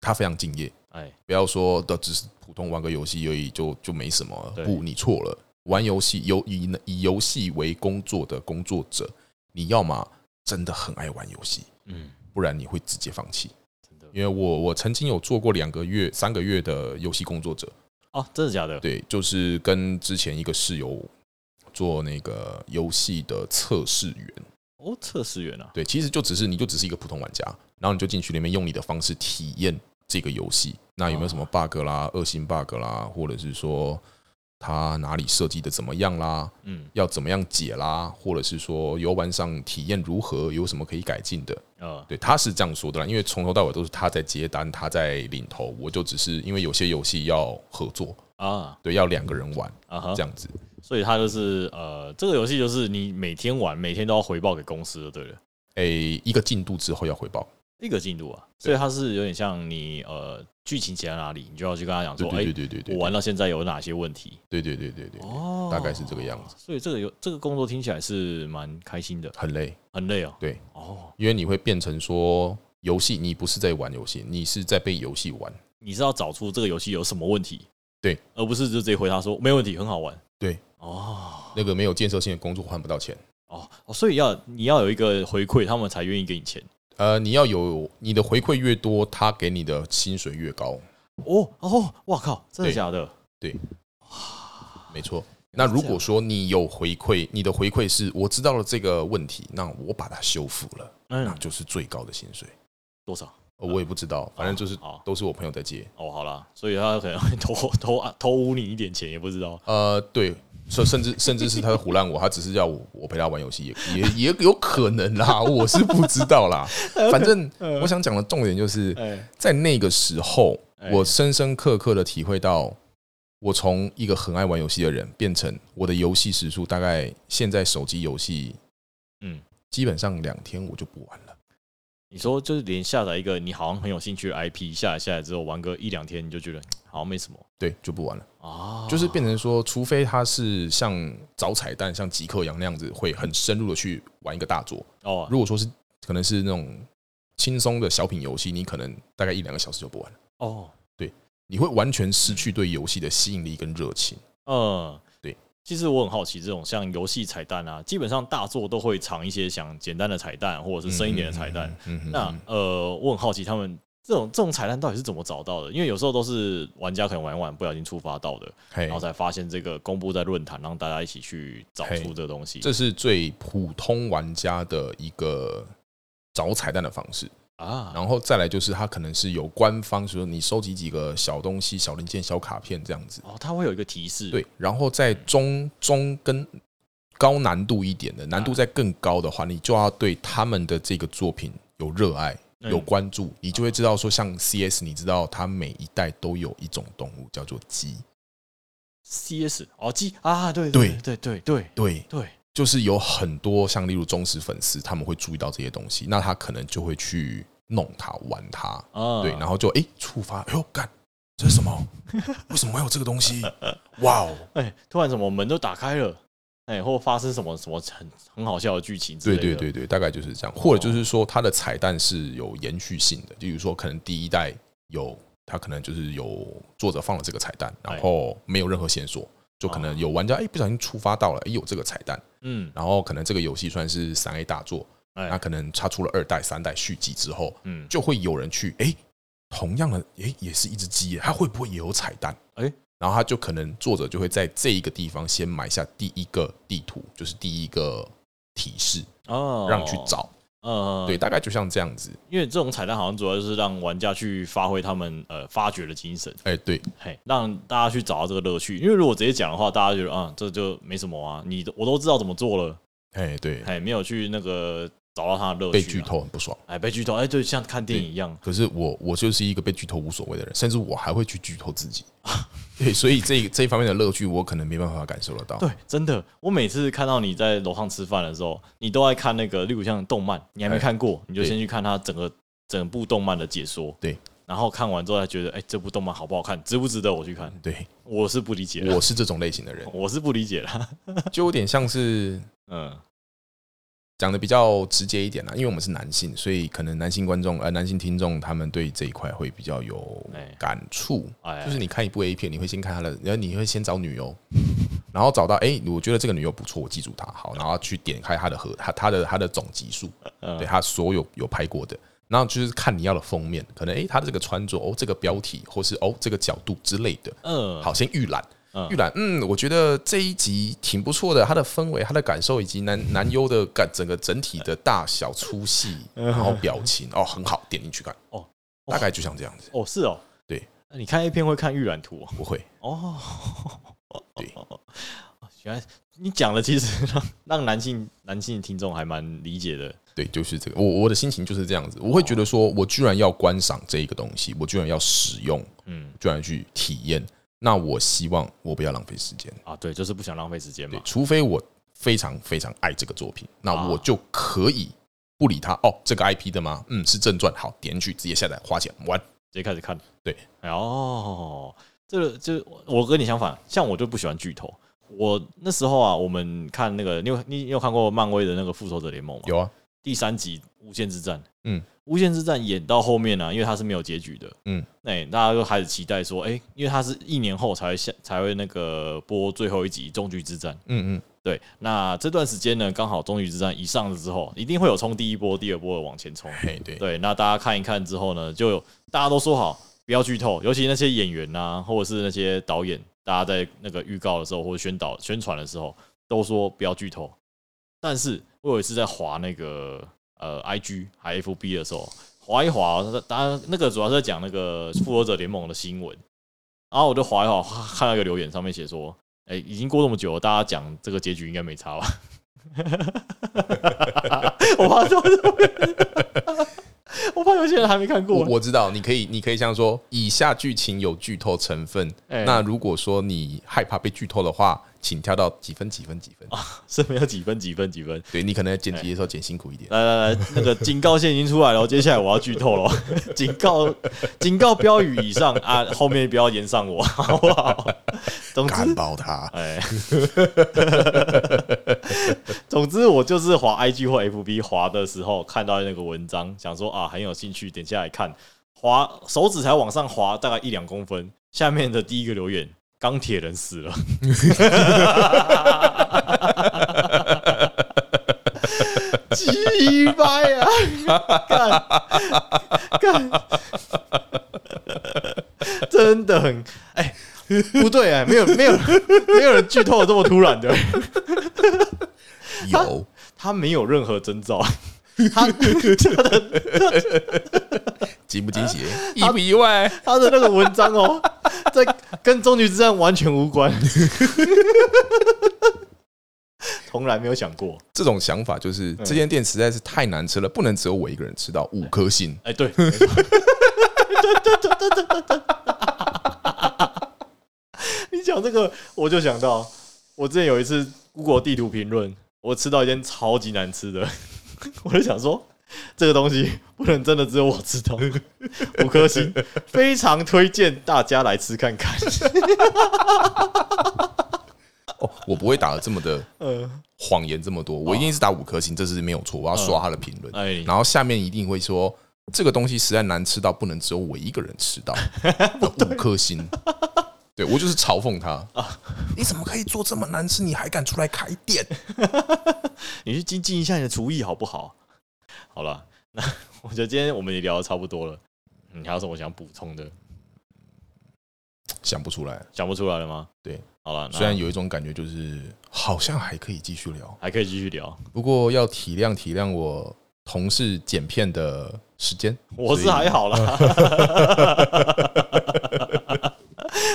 [SPEAKER 2] 他非常敬业。
[SPEAKER 1] 哎，
[SPEAKER 2] 不要说的只是普通玩个游戏而已，就就没什么
[SPEAKER 1] 对。
[SPEAKER 2] 不，你错了。玩游戏有以以游戏为工作的工作者，你要么真的很爱玩游戏，
[SPEAKER 1] 嗯，
[SPEAKER 2] 不然你会直接放弃。
[SPEAKER 1] 真
[SPEAKER 2] 因
[SPEAKER 1] 的
[SPEAKER 2] 为我我曾经有做过两个月、三个月的游戏工作者，
[SPEAKER 1] 哦，真的假的？
[SPEAKER 2] 对，就是跟之前一个室友做那个游戏的测试员，
[SPEAKER 1] 哦，测试员啊，
[SPEAKER 2] 对，其实就只是你就只是一个普通玩家，然后你就进去里面用你的方式体验这个游戏，那
[SPEAKER 1] 哦
[SPEAKER 2] 有没有什么 bug 啦、恶性 bug 啦，或者是说它哪里设计的怎么样啦，
[SPEAKER 1] 嗯，
[SPEAKER 2] 要怎么样解啦，或者是说游玩上体验如何，有什么可以改进的，
[SPEAKER 1] 呃，
[SPEAKER 2] 对，他是这样说的啦，因为从头到尾都是他在接单，他在领头，我就只是因为有些游戏要合作，
[SPEAKER 1] 啊
[SPEAKER 2] 对，要两个人玩
[SPEAKER 1] 啊哈
[SPEAKER 2] 这，样子，
[SPEAKER 1] 所以他就是呃，这个游戏就是你每天玩，每天都要回报给公司就对了，
[SPEAKER 2] 诶，一个进度之后要回报，
[SPEAKER 1] 一个进度啊，
[SPEAKER 2] 对
[SPEAKER 1] 所以它是有点像你呃，剧情写到哪里，你就要去跟他讲
[SPEAKER 2] 对
[SPEAKER 1] 说，
[SPEAKER 2] 对
[SPEAKER 1] 哎
[SPEAKER 2] 对，对对
[SPEAKER 1] 我
[SPEAKER 2] 对，
[SPEAKER 1] 玩到现在有哪些问题，
[SPEAKER 2] 对对对对对，
[SPEAKER 1] 哦
[SPEAKER 2] 大概是这个样子。
[SPEAKER 1] 所以这个有这个工作听起来是蛮开心的，
[SPEAKER 2] 很累，
[SPEAKER 1] 很累哦。
[SPEAKER 2] 对，
[SPEAKER 1] 哦，
[SPEAKER 2] 因为你会变成说游戏，你不是在玩游戏，你是在被游戏玩，
[SPEAKER 1] 你是要找出这个游戏有什么问题，
[SPEAKER 2] 对，
[SPEAKER 1] 而不是就直接回答说没问题，很好玩。
[SPEAKER 2] 对，
[SPEAKER 1] 哦
[SPEAKER 2] 那个没有建设性的工作换不到钱，
[SPEAKER 1] 哦，哦所以要你要有一个回馈，他们才愿意给你钱。
[SPEAKER 2] 呃，你要有你的回馈越多，他给你的薪水越高，
[SPEAKER 1] 哦哦，哇靠，真的
[SPEAKER 2] 对
[SPEAKER 1] 假的？
[SPEAKER 2] 对
[SPEAKER 1] 哇，
[SPEAKER 2] 没错。那如果说你有回馈，你的回馈是我知道了这个问题，那我把它修复了。那
[SPEAKER 1] 嗯，
[SPEAKER 2] 就是最高的薪水。
[SPEAKER 1] 多少？
[SPEAKER 2] 呃我也不知道，反正就是
[SPEAKER 1] 好
[SPEAKER 2] 都是我朋友在接。
[SPEAKER 1] 哦，好啦，所以他可能会偷偷啊偷污你一点钱也不知道。
[SPEAKER 2] 呃，对，甚甚至甚至是他在胡乱我，他只是要我我陪他玩游戏，也也也有可能 啦，我是不知道啦。反正
[SPEAKER 1] 嗯
[SPEAKER 2] 我想讲的重点就是
[SPEAKER 1] 哎，
[SPEAKER 2] 在那个时候
[SPEAKER 1] 哎，
[SPEAKER 2] 我深深刻刻的体会到。我从一个很爱玩游戏的人，变成我的游戏时数大概现在手机游戏
[SPEAKER 1] 嗯，
[SPEAKER 2] 基本上两天我就不玩了。
[SPEAKER 1] 你说就是连下载一个你好像很有兴趣的 IP 下载下来之后，玩个一两天你就觉得好像没什么
[SPEAKER 2] 对，就不玩了，
[SPEAKER 1] 啊，
[SPEAKER 2] 就是变成说，除非他是像找彩蛋、像极客羊那样子，会很深入的去玩一个大作。
[SPEAKER 1] 哦
[SPEAKER 2] 如果说是可能是那种轻松的小品游戏，你可能大概一两个小时就不玩了，
[SPEAKER 1] 哦，
[SPEAKER 2] 你会完全失去对游戏的吸引力跟热情。
[SPEAKER 1] 嗯，
[SPEAKER 2] 对。
[SPEAKER 1] 其实我很好奇，这种像游戏彩蛋啊，基本上大作都会藏一些像简单的彩蛋，或者是深一点的彩蛋。
[SPEAKER 2] 嗯，嗯嗯嗯
[SPEAKER 1] 那呃，我很好奇他们这种这种彩蛋到底是怎么找到的？因为有时候都是玩家可能玩一玩不小心触发到的，
[SPEAKER 2] 嘿
[SPEAKER 1] 然后才发现这个公布在论坛，让大家一起去找
[SPEAKER 2] 嘿
[SPEAKER 1] 出这个东西
[SPEAKER 2] 这是最普通玩家的一个找彩蛋的方式。
[SPEAKER 1] 啊。
[SPEAKER 2] 然后再来就是，它可能是有官方说你收集几个小东西、小零件、小卡片这样子。
[SPEAKER 1] 哦，它会有一个提示，
[SPEAKER 2] 对，然后在中中跟高难度一点的难度再更高的话，你就要对他们的这个作品有热爱、
[SPEAKER 1] 嗯
[SPEAKER 2] 有关注，你就会知道说，像 CS，你知道它每一代都有一种动物叫做鸡，
[SPEAKER 1] ，CS 哦，鸡啊，对对对对
[SPEAKER 2] 对，
[SPEAKER 1] 对，
[SPEAKER 2] 就是有很多像例如忠实粉丝，他们会注意到这些东西，那他可能就会去弄它、玩它，
[SPEAKER 1] 啊，
[SPEAKER 2] 对，然后就哎触发，哎呦干，这是什么？为什么会有这个东西？哇哦！
[SPEAKER 1] 哎，突然什么门都打开了，哎，或发生什么什么很很好笑的剧情之
[SPEAKER 2] 对
[SPEAKER 1] 类的，
[SPEAKER 2] 对对对，大概就是这样。或者就是说，它的彩蛋是有延续性的，就比如说，可能第一代有，它可能就是有作者放了这个彩蛋，然后没有任何线索，就可能有玩家哎、不小心触发到了，哎、有这个彩蛋，
[SPEAKER 1] 嗯，
[SPEAKER 2] 然后可能这个游戏算是三 A 大作，
[SPEAKER 1] 哎
[SPEAKER 2] 那可能它出了二代、三代续集之后，
[SPEAKER 1] 嗯，
[SPEAKER 2] 就会有人去哎、同样的哎、也是一只鸡耶，它会不会也有彩蛋？
[SPEAKER 1] 哎
[SPEAKER 2] 然后他就可能作者就会在这一个地方先埋下第一个地图，就是第一个提示，
[SPEAKER 1] 哦，
[SPEAKER 2] 让你去，找。
[SPEAKER 1] 呃，
[SPEAKER 2] 对，，大概就像这样子。
[SPEAKER 1] 因为这种彩蛋好像主要就是让玩家去发挥他们呃发掘的精神，
[SPEAKER 2] 哎、对，
[SPEAKER 1] 嘿，让大家去找到这个乐趣。因为如果直接讲的话，大家觉得啊，这就没什么啊，你我都知道怎么做了，
[SPEAKER 2] 哎、对，
[SPEAKER 1] 嘿，没有去那个找到他的乐趣、啊
[SPEAKER 2] 被剧，透很不爽。
[SPEAKER 1] 哎，被剧透，哎，对，像看电影一样，
[SPEAKER 2] 可是我我就是一个被剧透无所谓的人，甚至我还会去剧透自己。 对，所以这这一方面的乐趣，我可能没办法感受得到。
[SPEAKER 1] 对，真的，我每次看到你在楼上吃饭的时候，你都爱看那个，例如像动漫，你还没
[SPEAKER 2] 哎
[SPEAKER 1] 看过，你就
[SPEAKER 2] 对
[SPEAKER 1] 先去看它整个整部动漫的解说，
[SPEAKER 2] 对，
[SPEAKER 1] 然后看完之后才觉得，哎、这部动漫好不好看，值不值得我去看？
[SPEAKER 2] 对，
[SPEAKER 1] 我是不理解的，，
[SPEAKER 2] 我是这种类型的 人
[SPEAKER 1] 我是不理解的，
[SPEAKER 2] 就有点像是
[SPEAKER 1] 嗯，
[SPEAKER 2] 讲的比较直接一点啊啦，因为我们是男性，所以可能男性观众呃男性听众他们对这一块会比较有
[SPEAKER 1] 哎
[SPEAKER 2] 感触。
[SPEAKER 1] 哎，
[SPEAKER 2] 就是你看一部 A 片，你会先看他的，然后你会先找女优， 然后找到哎、我觉得这个女优不错，我记住她，好，然后去点开她的和她她的她的总集数，
[SPEAKER 1] 嗯
[SPEAKER 2] 对她所有有拍过的，然后就是看你要的封面，可能哎、她的这个穿着哦，这个标题或是哦这个角度之类的，
[SPEAKER 1] 嗯，
[SPEAKER 2] 好，先预览
[SPEAKER 1] 嗯。
[SPEAKER 2] 预览，嗯，我觉得这一集挺不错的，它的氛围、它的感受以及男男优的感整个整体的大小、粗细，然后表情，哦，很好，点进去看。
[SPEAKER 1] 嗯哦
[SPEAKER 2] 哦，大概就像这样子，
[SPEAKER 1] 哦，是哦，
[SPEAKER 2] 对
[SPEAKER 1] 那你看 A 片会看预览图哦
[SPEAKER 2] 我会
[SPEAKER 1] 哦，
[SPEAKER 2] 对，
[SPEAKER 1] 原来你讲的其实 让让男性男性听众还蛮理解的，
[SPEAKER 2] 对，就是这个。我我的心情就是这样子，我会觉得
[SPEAKER 1] 哦
[SPEAKER 2] 说，我居然要观赏这一个东西，我居然要使用，
[SPEAKER 1] 嗯
[SPEAKER 2] 居然去体验。那我希望我不要浪费时间，
[SPEAKER 1] 啊，对，就是不想浪费时间
[SPEAKER 2] 对
[SPEAKER 1] 嘛，，
[SPEAKER 2] 除非我非常非常爱这个作品，那
[SPEAKER 1] 啊
[SPEAKER 2] 我就可以不理它。哦，这个 IP 的吗？嗯，是正传，好，点进去直接下载，花钱玩。
[SPEAKER 1] 直接开始看，哎
[SPEAKER 2] 对，
[SPEAKER 1] 哦，这个就我跟你相反，像我就不喜欢剧透。我那时候啊，我们看那个，你有你你有看过漫威的那个《复仇者联盟》吗？
[SPEAKER 2] 有啊，
[SPEAKER 1] 第三集《无限之战》。
[SPEAKER 2] 嗯，
[SPEAKER 1] 《无限之战》演到后面呢、啊，因为它是没有结局的。
[SPEAKER 2] 嗯，
[SPEAKER 1] 那、大家就开始期待说，哎、因为它是一年后才会下才会那个播最后一集《终局之战》。
[SPEAKER 2] 嗯嗯，
[SPEAKER 1] 对，那这段时间呢，刚好《终局之战》一上了之后，一定会有冲第一波、第二波的往前冲。
[SPEAKER 2] 嘿，对，
[SPEAKER 1] 对，那大家看一看之后呢，就有大家都说好不要剧透，尤其那些演员呐、或者是那些导演，大家在那个预告的时候或者宣导宣传的时候，都说不要剧透。但是我有一次在滑那个呃 IG 还 FB 的时候，滑一滑，当然那个主要是在讲那个复仇者联盟的新闻，然后我就滑一滑，看到一个留言上面写说。哎、已经过这么久了，大家讲这个结局应该没差吧？ 我怕说，我怕有些人还没看过
[SPEAKER 2] 我。我知道，你可以，你可以像说，以下剧情有剧透成分。
[SPEAKER 1] 哎
[SPEAKER 2] 那如果说你害怕被剧透的话，请跳到几分几分几分。
[SPEAKER 1] 是没有几分几分几分。
[SPEAKER 2] 对你可能剪辑的时
[SPEAKER 1] 哎
[SPEAKER 2] 候剪辛苦一点。
[SPEAKER 1] 来来来，那个警告线已经出来了哦，接下来我要剧透了 哦。警告警告标语以上啊，后面不要延上我，好不好？总之
[SPEAKER 2] 干，爆他！
[SPEAKER 1] 哎，总之我就是滑 IG 或 FB 滑的时候看到那个文章，想说啊很有兴趣，点下来看，滑手指才往上滑大概一两公分，下面的第一个留言：钢铁人死了。鸡掰啊！干干，真的很哎、不对哎、没有没有没有人剧透得这么突然的，
[SPEAKER 2] 有，
[SPEAKER 1] 他没有任何征兆， 他他的
[SPEAKER 2] 惊不惊喜？意不意外？
[SPEAKER 1] 他的那个文章哦， 在跟终局之战完全无关， 从来没有想过。
[SPEAKER 2] 这种想法就是这间店实在是太难吃了，不能只有我一个人吃到五颗星。
[SPEAKER 1] 哎、对，对对对对对 对，你讲这个我就想到，我之前有一次 Google 地图评论，我吃到一间超级难吃的， 我就想说。这个东西不能真的只有我知道， 五颗星，非常推荐大家来吃看 看。
[SPEAKER 2] 哦，我不会打的这么的
[SPEAKER 1] 呃，
[SPEAKER 2] 谎言这么多，我一定是打五颗星，这是没有错。我要刷他的评论，
[SPEAKER 1] 哎，
[SPEAKER 2] 然后下面一定会说这个东西实在难吃到不能只有我一个人吃到，五颗星。对我就是嘲讽他你怎么可以做这么难吃？你还敢出来开店？
[SPEAKER 1] 你去精进一下你的厨艺好不好？好了，那 我觉得今天我们也聊的差不多了。嗯你还有什么想补充的？
[SPEAKER 2] 想不出来。
[SPEAKER 1] 想不出来了吗？
[SPEAKER 2] 对，
[SPEAKER 1] 好了，那
[SPEAKER 2] 虽然有一种感觉就是好像还可以继续聊，
[SPEAKER 1] 还可以继续聊。
[SPEAKER 2] 不过要体谅体谅我同事剪片的时间，
[SPEAKER 1] 我是
[SPEAKER 2] 所以呃
[SPEAKER 1] 还好啦，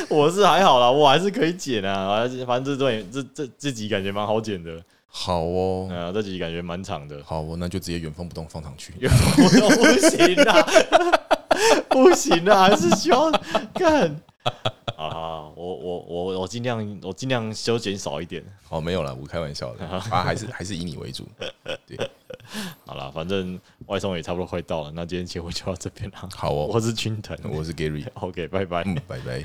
[SPEAKER 1] 我是还好啦，我还是可以剪啊，还是反正这段也这这这集感觉蛮好剪的，
[SPEAKER 2] 好哦，
[SPEAKER 1] 啊，这集感觉蛮长的，
[SPEAKER 2] 好哦，那就直接原封不动放上 去。
[SPEAKER 1] 不行啦， 不行啦，还是需要干。好啦好啦，我我我我尽量我尽量修剪少一点。
[SPEAKER 2] 哦，没有了，我开玩笑 的啊，还是还是以你为主。
[SPEAKER 1] 好啦，反正外送也差不多快到了，那今天节目就到这边了。
[SPEAKER 2] 好哦，
[SPEAKER 1] 我是君腾
[SPEAKER 2] 我是 Gary，
[SPEAKER 1] ，OK，拜拜。
[SPEAKER 2] 嗯，拜拜。